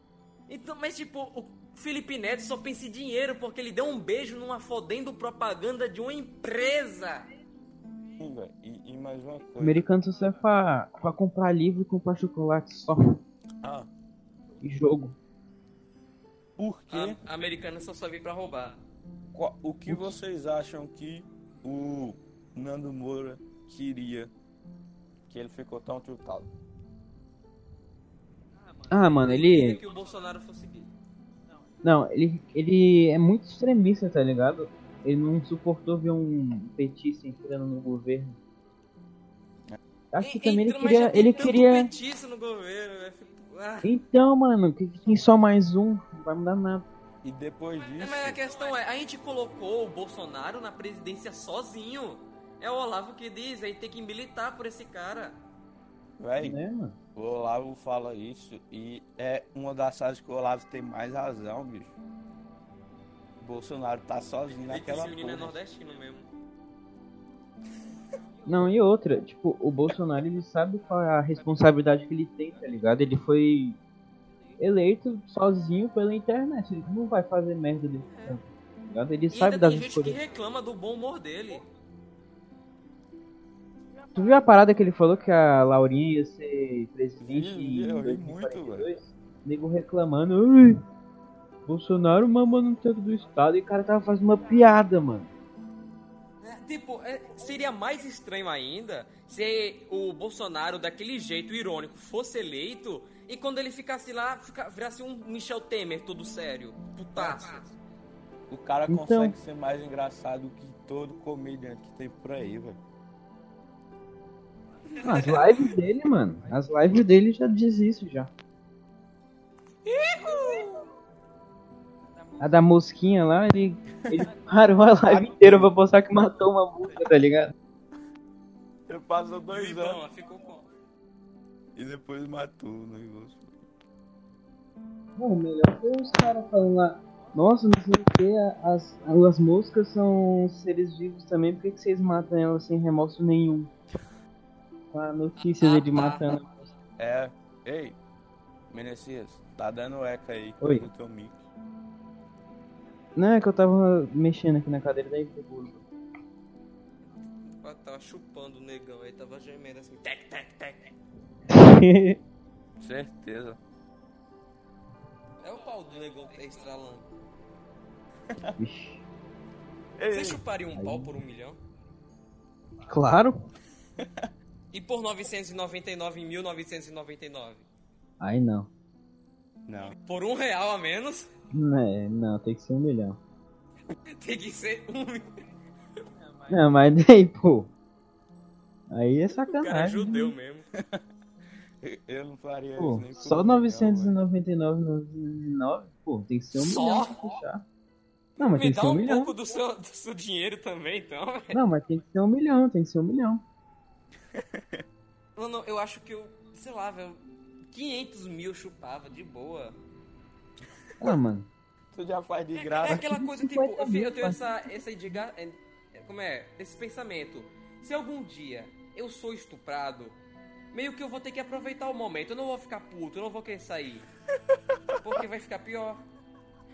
[SPEAKER 5] Então, mas tipo, o Felipe Neto só pensa em dinheiro porque ele deu um beijo numa fodendo propaganda de uma empresa.
[SPEAKER 8] Sim, velho. E, e mais uma
[SPEAKER 3] é.
[SPEAKER 8] coisa.
[SPEAKER 2] Americanos só serve pra, pra comprar livro e comprar chocolate só.
[SPEAKER 8] Ah,
[SPEAKER 2] E jogo.
[SPEAKER 8] por quê?
[SPEAKER 5] A, a americana só sobe pra roubar.
[SPEAKER 8] Qua- O que vocês acham que o Nando Moura queria? Que ele ficou tão tiltado.
[SPEAKER 2] Ah, mano, ele.
[SPEAKER 5] Queria que o Bolsonaro fosse gay.
[SPEAKER 2] Não, ele, ele é muito extremista, tá ligado? Ele não suportou ver um petista entrando no governo. Acho que
[SPEAKER 5] E-
[SPEAKER 2] também ele
[SPEAKER 5] então, mas
[SPEAKER 2] queria.
[SPEAKER 5] já tem
[SPEAKER 2] Ele
[SPEAKER 5] tanto
[SPEAKER 2] queria.
[SPEAKER 5] petista no governo, né? Fico- Ah.
[SPEAKER 2] Então, mano, que, que tem só mais um, não vai mudar nada.
[SPEAKER 8] E depois
[SPEAKER 5] É,
[SPEAKER 8] disso,
[SPEAKER 5] Mas a questão é, a gente colocou o Bolsonaro na presidência sozinho. É o Olavo que diz, aí tem que militar por esse cara.
[SPEAKER 8] velho,
[SPEAKER 2] Né, mano?
[SPEAKER 8] o Olavo fala isso e é uma das áreas que o Olavo tem mais razão, bicho. O Bolsonaro tá sozinho
[SPEAKER 5] E que
[SPEAKER 8] naquela
[SPEAKER 5] esse menino é
[SPEAKER 8] porra.
[SPEAKER 5] nordestino mesmo.
[SPEAKER 2] Não, e outra, tipo, o Bolsonaro ele sabe qual é a responsabilidade que ele tem, tá ligado? Ele foi eleito sozinho pela internet, ele não vai fazer merda dele. Tá ligado? Ele
[SPEAKER 5] E
[SPEAKER 2] sabe
[SPEAKER 5] ainda
[SPEAKER 2] das
[SPEAKER 5] tem gente que
[SPEAKER 2] escolhas.
[SPEAKER 5] reclama do bom humor dele.
[SPEAKER 2] Tu viu a parada que ele falou que a Laurinha ia ser presidente?
[SPEAKER 8] Vi, vi, eu
[SPEAKER 2] em
[SPEAKER 8] ri muito,
[SPEAKER 2] 2042? Nego reclamando, Ui, Bolsonaro mamando no tanto do Estado e o cara tava fazendo uma piada, mano.
[SPEAKER 5] É, Tipo, é, seria mais estranho ainda se o Bolsonaro, daquele jeito irônico, fosse eleito e quando ele ficasse lá, fica- virasse um Michel Temer todo sério, putaço.
[SPEAKER 8] O cara
[SPEAKER 2] Então-
[SPEAKER 8] consegue ser mais engraçado que todo comediante que tem por aí, velho.
[SPEAKER 2] As lives dele, mano. As lives dele já diz isso já. A da mosquinha lá, ele, ele [laughs] parou a live inteira pra postar que matou uma mosca, tá ligado?
[SPEAKER 8] Ele passou dois
[SPEAKER 2] é.
[SPEAKER 8] anos
[SPEAKER 5] Libão, ficou com...
[SPEAKER 8] e depois matou o negócio.
[SPEAKER 2] Bom, melhor foi os caras falando lá. Nossa, não sei o que, as, as moscas são seres vivos também, por que, que vocês matam elas sem remorso nenhum? Tá, A notícia dele matando.
[SPEAKER 8] É. Ei, Menecias, tá dando eca aí
[SPEAKER 2] Oi.
[SPEAKER 8] no teu mic.
[SPEAKER 2] Não, é que eu tava mexendo aqui na cadeira daí, pegou. [laughs]
[SPEAKER 5] Ah, Tava chupando o negão, aí tava gemendo assim, tec, tec, tec.
[SPEAKER 8] Certeza.
[SPEAKER 5] É o pau do negão que tá estralando.
[SPEAKER 2] Vixe.
[SPEAKER 5] Você chuparia um pau por um milhão?
[SPEAKER 2] Claro.
[SPEAKER 5] E por 999 em 1999?
[SPEAKER 2] Aí não.
[SPEAKER 8] Não.
[SPEAKER 5] Por um real a menos, [laughs]
[SPEAKER 2] Não, é, não, tem que ser um milhão.
[SPEAKER 5] tem que ser um milhão.
[SPEAKER 2] Não, [laughs] mas daí, pô. Aí é
[SPEAKER 5] O cara é
[SPEAKER 2] sacanagem. né,
[SPEAKER 5] judeu mesmo.
[SPEAKER 3] Eu não faria
[SPEAKER 2] Pô,
[SPEAKER 3] isso nem por
[SPEAKER 2] só
[SPEAKER 3] um milhão,
[SPEAKER 2] 999, 999, pô, tem que ser um
[SPEAKER 5] Só?
[SPEAKER 2] milhão pra puxar. Não, mas
[SPEAKER 5] Me
[SPEAKER 2] tem que
[SPEAKER 5] dá
[SPEAKER 2] ser um
[SPEAKER 5] um
[SPEAKER 2] milhão.
[SPEAKER 5] pouco do seu, do seu dinheiro também, então.
[SPEAKER 2] Não, mas tem que ser um milhão, tem que ser um milhão.
[SPEAKER 5] Mano, eu acho que eu, sei lá, velho, 500 mil chupava de boa.
[SPEAKER 2] Ah, mano.
[SPEAKER 3] velho. Tu já faz de
[SPEAKER 5] É
[SPEAKER 3] graça.
[SPEAKER 5] aquela coisa, tipo,
[SPEAKER 2] 50
[SPEAKER 5] eu, fi-
[SPEAKER 2] mil,
[SPEAKER 5] eu tenho
[SPEAKER 2] mas-
[SPEAKER 5] essa, essa indiga... é, Como é? Esse pensamento. Se algum dia eu sou estuprado, meio que eu vou ter que aproveitar o momento. Eu não vou ficar puto, eu não vou querer sair. Porque vai ficar pior.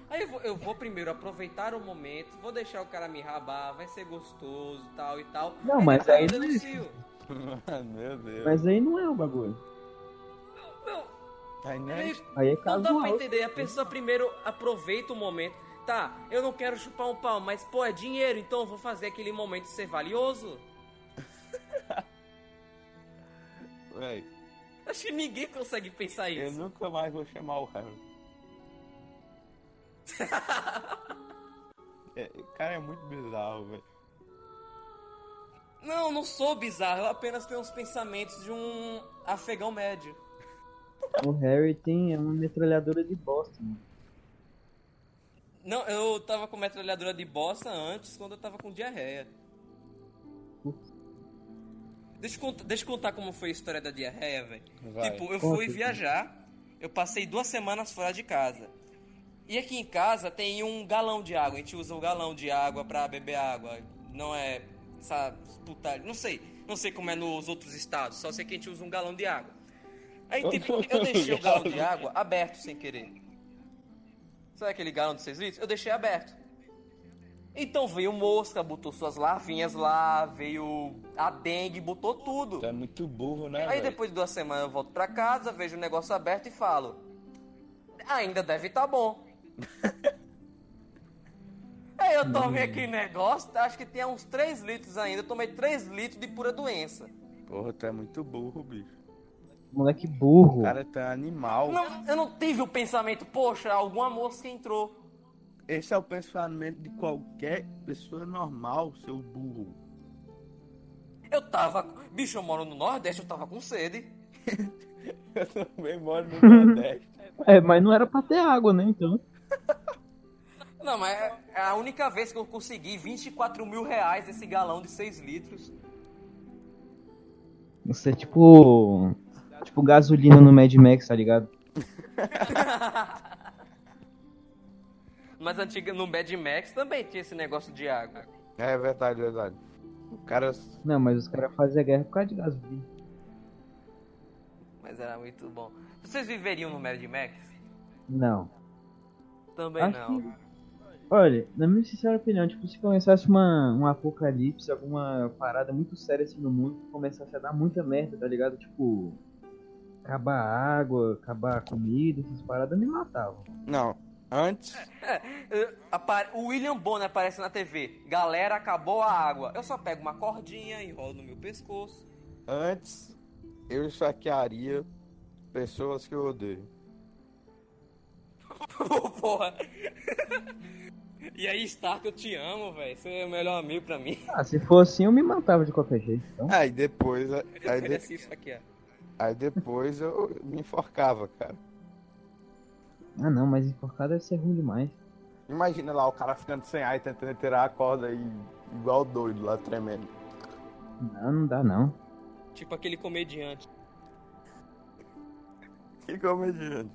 [SPEAKER 5] Aí eu vou, eu vou primeiro aproveitar o momento, vou deixar o cara me rabar, vai ser gostoso, tal e tal.
[SPEAKER 2] Não,
[SPEAKER 5] Aí
[SPEAKER 2] mas
[SPEAKER 5] depois
[SPEAKER 2] aí
[SPEAKER 5] eu
[SPEAKER 2] não é
[SPEAKER 5] denuncio.
[SPEAKER 3] [laughs] Mano, meu Deus.
[SPEAKER 2] Mas aí não é o bagulho.
[SPEAKER 5] Não,
[SPEAKER 3] Aí não é
[SPEAKER 5] meio
[SPEAKER 2] Aí é
[SPEAKER 5] Não dá pra
[SPEAKER 2] casual.
[SPEAKER 5] entender, a pessoa primeiro aproveita o momento. Tá, eu não quero chupar um pau, mas pô, é dinheiro, então eu vou fazer aquele momento ser valioso.
[SPEAKER 3] Véi,
[SPEAKER 5] Acho que ninguém consegue pensar
[SPEAKER 3] eu
[SPEAKER 5] isso.
[SPEAKER 3] nunca mais vou chamar o
[SPEAKER 5] [laughs]
[SPEAKER 3] Harry. É, cara, é muito bizarro, velho.
[SPEAKER 5] Não, eu não sou bizarro, eu apenas tenho uns pensamentos de um afegão médio.
[SPEAKER 2] O Harry tem é uma metralhadora de bosta, mano.
[SPEAKER 5] Não, eu tava com metralhadora de bosta antes, quando eu tava com diarreia. Deixa eu, cont- deixa eu contar como foi a história da diarreia, velho.
[SPEAKER 3] Vai.
[SPEAKER 5] Tipo, eu
[SPEAKER 2] Conta,
[SPEAKER 5] fui
[SPEAKER 2] cara.
[SPEAKER 5] viajar, eu passei duas semanas fora de casa. E aqui em casa tem um galão de água, a gente usa o galão de água pra beber água. Não é, sabe, puta, não sei, não sei como é nos outros estados, só sei que a gente usa um galão de água. Aí, tipo, eu deixei o galão de água aberto sem querer. Sabe aquele galão de 6 litros? Eu deixei aberto. Então veio mosca, botou suas larvinhas lá, veio a dengue, botou tudo.
[SPEAKER 3] Tu é muito burro, né,
[SPEAKER 5] Aí
[SPEAKER 3] velho?
[SPEAKER 5] depois de duas semanas eu volto pra casa, vejo o negócio aberto e falo. Ainda deve tá bom. [laughs] Aí eu tomei aquele negócio, acho que tem uns 3 litros ainda. Eu tomei 3 litros de pura doença.
[SPEAKER 3] Porra, tu é muito burro, bicho.
[SPEAKER 2] Moleque burro.
[SPEAKER 3] O cara tá animal.
[SPEAKER 5] Não, eu não tive o pensamento, poxa, alguma mosca entrou.
[SPEAKER 3] Esse é o pensamento de qualquer pessoa normal, seu burro.
[SPEAKER 5] Eu tava. Bicho, eu moro no Nordeste, eu tava com sede.
[SPEAKER 3] [laughs] Eu também moro no Nordeste.
[SPEAKER 2] É, mas não era pra ter água, né? Então.
[SPEAKER 5] Não, mas é a única vez que eu consegui 24 mil reais esse galão de 6 litros.
[SPEAKER 2] Você é tipo. Tipo gasolina no Mad Max, tá ligado?
[SPEAKER 5] [laughs] Mas antiga, no Mad Max também tinha esse negócio de água.
[SPEAKER 9] É verdade, verdade. O cara.
[SPEAKER 2] Não, mas os caras fazem a guerra por causa de gasolina.
[SPEAKER 5] Mas era muito bom. Vocês viveriam no Mad Max?
[SPEAKER 2] Não.
[SPEAKER 5] Também
[SPEAKER 2] Acho
[SPEAKER 5] não.
[SPEAKER 2] que- Olha, na minha sincera opinião, tipo, se começasse uma, um apocalipse, alguma parada muito séria assim no mundo, que começasse a dar muita merda, tá ligado? Tipo, acabar a água, acabar a comida, essas paradas me matavam.
[SPEAKER 3] Não, antes
[SPEAKER 5] Eh, apa- O William Bonner aparece na TV. Galera, acabou a água. Eu só pego uma cordinha, enrolo no meu pescoço. [laughs]
[SPEAKER 3] Antes, eu esfaquearia pessoas que eu odeio.
[SPEAKER 5] Porra. E aí, Stark, eu te amo, velho. Você é o melhor amigo pra mim.
[SPEAKER 2] Ah, se fosse assim, eu me matava de qualquer jeito. Então,
[SPEAKER 3] Aí depois, aí,
[SPEAKER 5] [laughs] Olha
[SPEAKER 3] de-
[SPEAKER 5] se isso aqui, ó.
[SPEAKER 3] aí depois eu me enforcava, cara.
[SPEAKER 2] ah não, mas enforcado deve ser ruim demais.
[SPEAKER 3] Imagina lá o cara ficando sem ar e tentando tirar a corda aí, igual doido lá tremendo.
[SPEAKER 2] Ah, Não, não dá não.
[SPEAKER 5] Tipo aquele comediante.
[SPEAKER 3] Que comediante.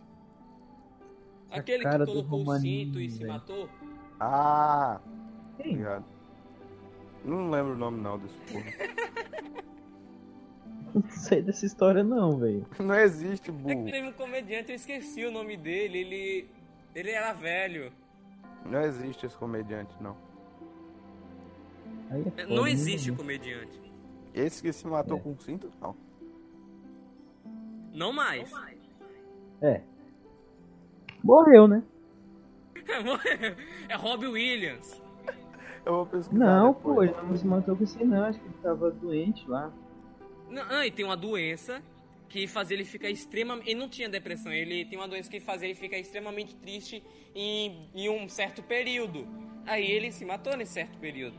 [SPEAKER 2] A
[SPEAKER 5] Aquele que
[SPEAKER 2] cara do
[SPEAKER 5] colocou o
[SPEAKER 2] Romaninho,
[SPEAKER 5] cinto e se
[SPEAKER 2] velho.
[SPEAKER 5] matou.
[SPEAKER 3] Ah,
[SPEAKER 2] Quem?
[SPEAKER 3] obrigado. Não lembro o nome não desse porra. [laughs]
[SPEAKER 2] Não sei dessa história não, velho.
[SPEAKER 3] Não existe
[SPEAKER 5] É
[SPEAKER 3] burro.
[SPEAKER 5] que teve um comediante, eu esqueci o nome dele. Ele. Ele era velho.
[SPEAKER 3] Não existe esse comediante não.
[SPEAKER 2] Aí é foda,
[SPEAKER 5] Não
[SPEAKER 2] né,
[SPEAKER 5] existe
[SPEAKER 2] velho?
[SPEAKER 5] comediante.
[SPEAKER 3] Esse que se matou
[SPEAKER 2] É.
[SPEAKER 3] com cinto, não.
[SPEAKER 5] Não mais.
[SPEAKER 2] É. Morreu, né?
[SPEAKER 5] [laughs] É Robbie Williams.
[SPEAKER 3] Eu vou pesquisar
[SPEAKER 2] Não, pô,
[SPEAKER 3] depois.
[SPEAKER 2] ele não se matou com isso não, acho que ele tava doente lá.
[SPEAKER 5] Não, ah, e tem uma doença que faz ele ficar extremamente. Ele não tinha depressão, ele tem uma doença que faz ele ficar extremamente triste em, em um certo período. Aí ele se matou nesse certo período.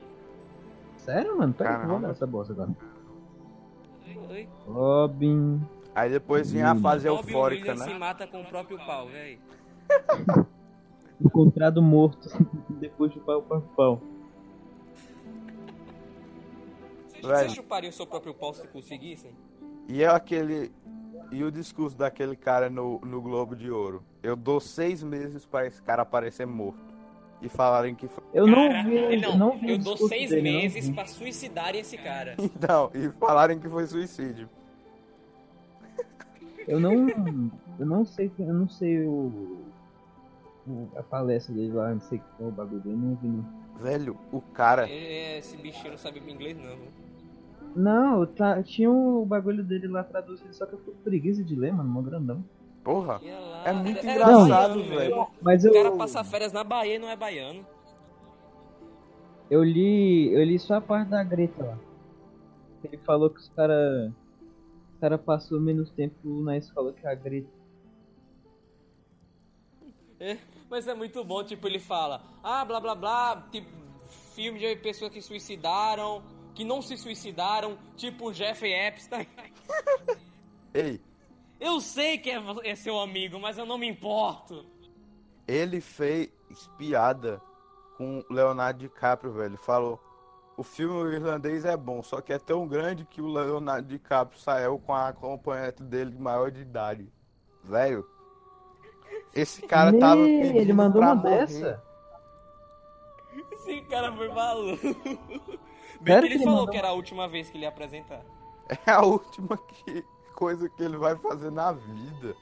[SPEAKER 2] Sério, mano? Pera aí, que eu vou
[SPEAKER 3] Caramba.
[SPEAKER 2] olhar essa bosta agora.
[SPEAKER 5] Oi.
[SPEAKER 2] Robin
[SPEAKER 3] Aí depois vinha a
[SPEAKER 2] Hum.
[SPEAKER 3] fase
[SPEAKER 5] Bob
[SPEAKER 3] eufórica,
[SPEAKER 5] Williams
[SPEAKER 3] né?
[SPEAKER 5] se mata com o próprio pau, velho.
[SPEAKER 2] Encontrado morto [laughs] depois de pau para pau.
[SPEAKER 3] Velho.
[SPEAKER 5] Vocês chupariam o seu próprio pau se conseguissem?
[SPEAKER 3] E é aquele. E o discurso daquele cara no, no Globo de Ouro. Eu dou seis meses pra esse cara aparecer morto. E falarem que foi. [laughs]
[SPEAKER 2] Eu não vi,
[SPEAKER 5] Ele
[SPEAKER 2] eu não vi o
[SPEAKER 5] eu dou
[SPEAKER 2] discurso
[SPEAKER 5] seis
[SPEAKER 2] dele, não
[SPEAKER 5] meses
[SPEAKER 2] vi.
[SPEAKER 5] pra suicidarem esse cara.
[SPEAKER 3] Não, e falarem que foi suicídio.
[SPEAKER 2] Eu não, eu não sei, eu não sei o, o- a palestra dele lá, não sei qual o bagulho dele, não vi não.
[SPEAKER 3] Velho, o cara.
[SPEAKER 5] É, Esse bichinho não sabe inglês, não. viu?
[SPEAKER 2] Não, tá, tinha o bagulho dele lá traduzido, só que eu tô com preguiça de ler, mano, mó grandão.
[SPEAKER 3] Porra.
[SPEAKER 5] Ia lá,
[SPEAKER 3] É muito
[SPEAKER 5] era- era
[SPEAKER 3] engraçado,
[SPEAKER 5] baiano,
[SPEAKER 3] velho.
[SPEAKER 2] Mas eu,
[SPEAKER 5] O cara passa férias na Bahia e não é baiano.
[SPEAKER 2] eu li, eu li só a parte da Greta lá. Ele falou que os cara, os cara passou menos tempo na escola que a Greta.
[SPEAKER 5] Mas é muito bom, tipo, ele fala, ah, blá blá blá, tipo, filme de pessoas que suicidaram, que não se suicidaram, tipo Jeffrey Epstein. [laughs]
[SPEAKER 3] Ei,
[SPEAKER 5] Eu sei que é, vo- é seu amigo, mas eu não me importo.
[SPEAKER 3] ele fez piada com Leonardo DiCaprio, velho. Falou: o filme irlandês é bom, só que é tão grande que o Leonardo DiCaprio saiu com a acompanhante dele maior de idade. Velho, esse cara
[SPEAKER 2] Nê,
[SPEAKER 3] tava.
[SPEAKER 2] Ele
[SPEAKER 3] pedindo
[SPEAKER 2] mandou
[SPEAKER 3] pra
[SPEAKER 2] uma
[SPEAKER 3] morrer.
[SPEAKER 2] dessa?
[SPEAKER 5] Esse cara foi maluco. [laughs] Bem
[SPEAKER 2] Sério que
[SPEAKER 5] que ele
[SPEAKER 2] ele
[SPEAKER 5] falou
[SPEAKER 2] mandou-
[SPEAKER 5] que era a última vez que ele ia apresentar.
[SPEAKER 3] [laughs] É a última que- coisa que ele vai fazer na vida.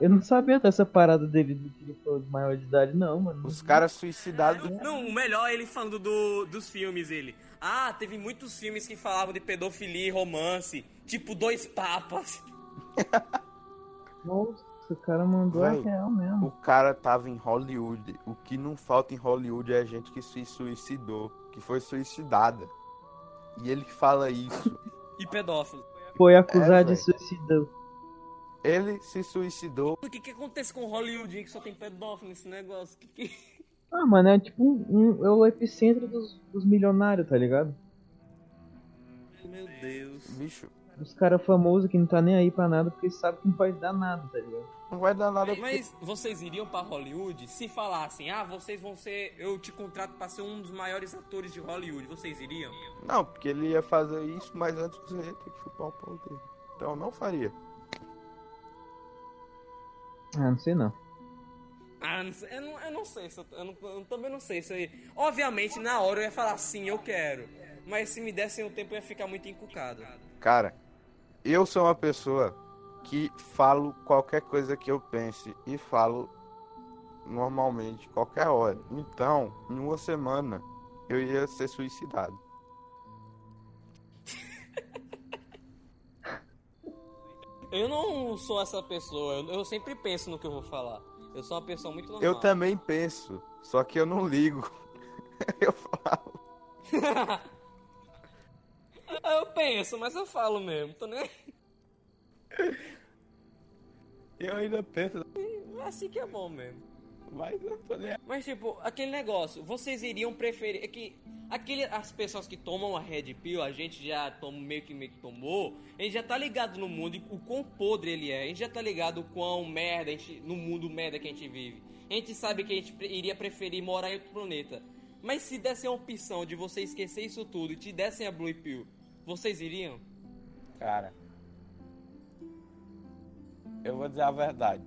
[SPEAKER 2] Eu não sabia dessa parada dele do que ele falou de maior de idade, não, mano.
[SPEAKER 3] Os caras suicidados.
[SPEAKER 5] Não, o melhor é ele falando do, dos filmes, ele. Ah, teve muitos filmes que falavam de pedofilia e romance, tipo Dois Papas.
[SPEAKER 2] Nossa, o cara mandou
[SPEAKER 3] Véi.
[SPEAKER 2] a real mesmo.
[SPEAKER 3] O cara tava em Hollywood. O que não falta em Hollywood é gente que se suicidou, que foi suicidada. E ele fala isso.
[SPEAKER 5] E pedófilo.
[SPEAKER 2] Foi acusado de
[SPEAKER 3] véi.
[SPEAKER 2] suicídio.
[SPEAKER 3] Ele se suicidou.
[SPEAKER 5] O que que acontece com Hollywood, hein, que só tem pedófilo nesse negócio? Que que-
[SPEAKER 2] Ah, mano, é tipo um, um- é o epicentro dos, dos milionários, tá ligado?
[SPEAKER 5] Meu Deus.
[SPEAKER 3] Bicho,
[SPEAKER 2] Os caras famosos que não tá nem aí pra nada porque sabe que não vai dar nada, tá ligado?
[SPEAKER 3] não vai dar nada.
[SPEAKER 5] Mas vocês iriam pra Hollywood se falassem, ah, vocês vão ser, eu te contrato pra ser um dos maiores atores de Hollywood, vocês iriam?
[SPEAKER 3] Não, porque ele ia fazer isso, mas antes você ia ter que chupar o pau dele. Então eu não faria.
[SPEAKER 2] Ah, não sei não.
[SPEAKER 5] Ah, não sei- eu, não, eu não sei, se eu, eu não- eu também não sei isso aí. Obviamente, na hora eu ia falar sim, eu quero. Mas se me dessem o tempo, eu ia ficar muito encucado.
[SPEAKER 3] Cara, eu sou uma pessoa que falo qualquer coisa que eu pense e falo normalmente qualquer hora. Então, em uma semana, eu ia ser suicidado.
[SPEAKER 5] Eu não sou essa pessoa, eu, eu sempre penso no que eu vou falar. Eu sou uma pessoa muito normal.
[SPEAKER 3] Eu também penso, só que eu não ligo. Eu falo.
[SPEAKER 5] [laughs] eu penso, mas eu falo mesmo, tô nem aí.
[SPEAKER 4] Eu ainda penso,
[SPEAKER 5] É assim que é bom mesmo.
[SPEAKER 4] mas eu tô nem aí.
[SPEAKER 5] Mas tipo, aquele negócio, vocês iriam preferir. É que aquele, as pessoas que tomam a Red Pill, a gente já toma, meio que meio que tomou, a gente já tá ligado no mundo e o quão podre ele é, a gente já tá ligado o quão merda, a gente, no mundo merda que a gente vive. A gente sabe que a gente pre- iria preferir morar em outro planeta. Mas se dessem a opção de você esquecer isso tudo e te dessem a Blue Pill, vocês iriam?
[SPEAKER 4] Cara, eu vou dizer a verdade.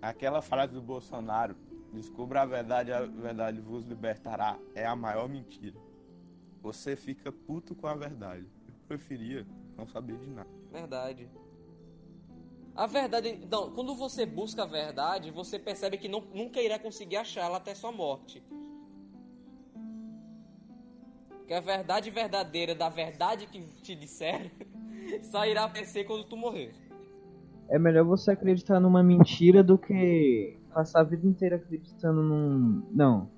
[SPEAKER 4] Aquela frase do Bolsonaro, descubra a verdade, a verdade vos libertará, é a maior mentira. Você fica puto com a verdade. Eu preferia não saber de nada.
[SPEAKER 5] Verdade. A verdade. Então, quando você busca a verdade, você percebe que não, nunca irá conseguir achá-la até sua morte. Que a verdade verdadeira da verdade que te disseram [laughs] só irá aparecer quando tu morrer.
[SPEAKER 2] É melhor você acreditar numa mentira do que passar a vida inteira acreditando num. Não.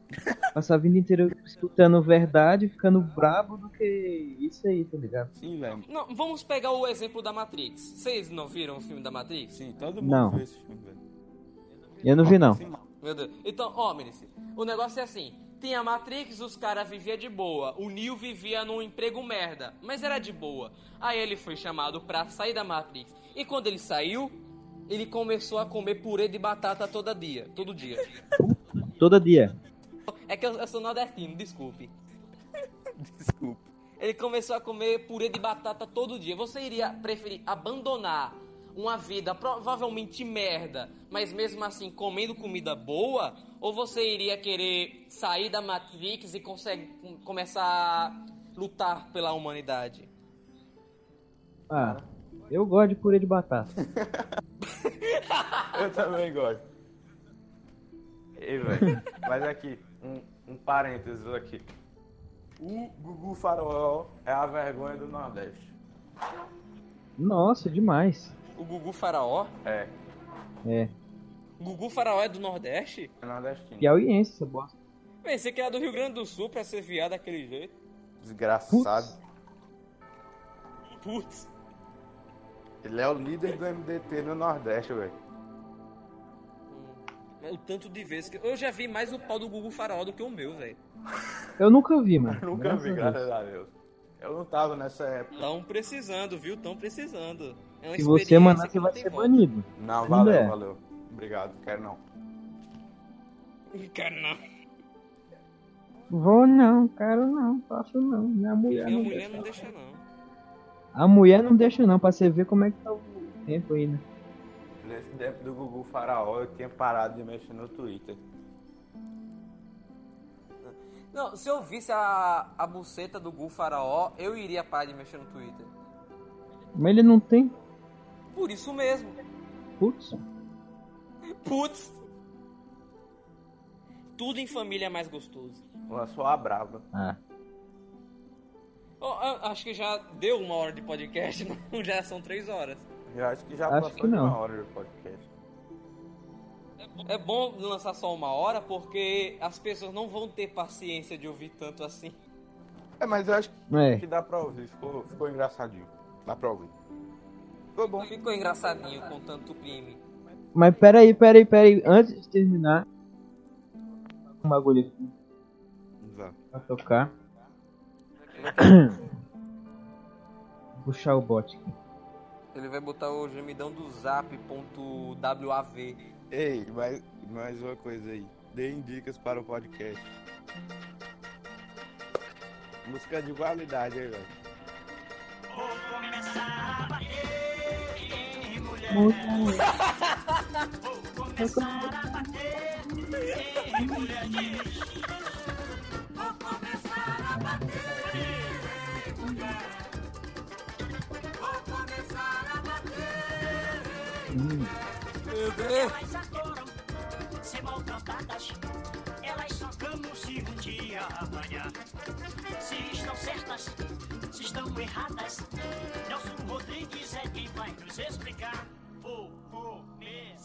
[SPEAKER 2] Passar a vida inteira escutando verdade, ficando brabo do que isso aí, tá ligado?
[SPEAKER 4] Sim, velho.
[SPEAKER 5] Não, vamos pegar o exemplo da Matrix. Vocês não viram o filme da Matrix?
[SPEAKER 4] Sim, todo mundo
[SPEAKER 2] Não.
[SPEAKER 4] viu esse filme, velho.
[SPEAKER 2] Eu não vi não.
[SPEAKER 4] Sim, mano.
[SPEAKER 5] Meu Deus. Então, ó, Menice, o negócio é assim. Tem a Matrix, os caras viviam de boa. O Neo vivia num emprego merda, mas era de boa. Aí ele foi chamado pra sair da Matrix. E quando ele saiu, ele começou a comer purê de batata todo dia. Todo dia.
[SPEAKER 2] Todo dia.
[SPEAKER 5] É que eu, eu sou nordestino, desculpe.
[SPEAKER 8] Desculpa.
[SPEAKER 5] Ele começou a comer purê de batata todo dia. Você iria preferir abandonar uma vida provavelmente merda, mas mesmo assim comendo comida boa? Ou você iria querer sair da Matrix e consegue com- começar a lutar pela humanidade?
[SPEAKER 2] Ah, eu gosto de purê de batata.
[SPEAKER 3] Eu também gosto. Ei, velho. Mas aqui, um, um parênteses aqui. O Gugu Farol é a vergonha do Nordeste.
[SPEAKER 2] Nossa, demais.
[SPEAKER 5] O Gugu Faraó?
[SPEAKER 3] É,
[SPEAKER 2] É,
[SPEAKER 5] Gugu Faraó é do Nordeste?
[SPEAKER 3] é nordestino.
[SPEAKER 2] piauiense essa bosta.
[SPEAKER 5] Pensei que era do Rio Grande do Sul pra ser viado daquele jeito.
[SPEAKER 3] Desgraçado.
[SPEAKER 5] Putz.
[SPEAKER 3] Ele é o líder do MDT no Nordeste, velho.
[SPEAKER 5] O tanto de vezes que. Eu já vi mais o pau do Gugu Faraó do que o meu, velho.
[SPEAKER 2] Eu nunca vi, mano.
[SPEAKER 3] Nunca
[SPEAKER 2] Graças
[SPEAKER 3] vi,
[SPEAKER 2] a Deus.
[SPEAKER 3] graças a Deus. Eu não tava nessa época.
[SPEAKER 5] Tão precisando, viu? Tão precisando. É uma
[SPEAKER 2] Se
[SPEAKER 5] experiência
[SPEAKER 2] você mandar,
[SPEAKER 5] que
[SPEAKER 2] você
[SPEAKER 5] não
[SPEAKER 2] vai
[SPEAKER 5] tem
[SPEAKER 2] ser
[SPEAKER 5] volta.
[SPEAKER 2] banido.
[SPEAKER 3] Não,
[SPEAKER 2] Não
[SPEAKER 3] valeu,
[SPEAKER 2] é.
[SPEAKER 3] valeu. Obrigado, quero não.
[SPEAKER 5] Cara, não.
[SPEAKER 2] Vou não, cara, não, faço não. Minha mulher
[SPEAKER 5] Minha
[SPEAKER 2] não
[SPEAKER 5] mulher
[SPEAKER 2] deixa.
[SPEAKER 5] não deixa, não.
[SPEAKER 2] A mulher não deixa não, pra você ver como é que tá o tempo aí, né?
[SPEAKER 3] Nesse tempo do Gugu Faraó, eu tinha parado de mexer no Twitter.
[SPEAKER 5] Não, se eu visse a, a buceta do Gu Faraó, eu iria parar de mexer no Twitter.
[SPEAKER 2] Mas ele não tem.
[SPEAKER 5] Por isso mesmo.
[SPEAKER 2] Putz.
[SPEAKER 5] Putz. Tudo em família é mais gostoso.
[SPEAKER 3] Lançou a brava.
[SPEAKER 2] Ah.
[SPEAKER 5] Ó, a- acho que já deu uma hora de podcast, [laughs] não? Já são três horas.
[SPEAKER 3] Eu acho que já
[SPEAKER 2] Acho
[SPEAKER 3] passou
[SPEAKER 2] que
[SPEAKER 3] de
[SPEAKER 2] não.
[SPEAKER 3] uma hora do podcast.
[SPEAKER 5] É bom lançar só uma hora, porque as pessoas não vão ter paciência de ouvir tanto assim.
[SPEAKER 3] É, mas eu acho que
[SPEAKER 2] É.
[SPEAKER 3] dá pra ouvir. Ficou, ficou engraçadinho. Dá pra ouvir. Ficou bom.
[SPEAKER 5] Ficou engraçadinho com tanto crime.
[SPEAKER 2] Mas peraí, peraí, peraí. Antes de terminar. Um bagulho aqui
[SPEAKER 3] Vá.
[SPEAKER 2] pra tocar. [coughs] Puxar o bot aqui.
[SPEAKER 5] Ele vai botar o gemidão do zap.wav.
[SPEAKER 8] Ei, mais, mais uma coisa aí. Deem dicas para o podcast. Música de qualidade aí, velho.
[SPEAKER 5] Meu Deus!
[SPEAKER 10] Elas adoram ser maltratadas. Elas só clamam se um dia apanhar. Se estão certas, se estão erradas. Nelson Rodrigues é quem vai nos explicar. Vou começar.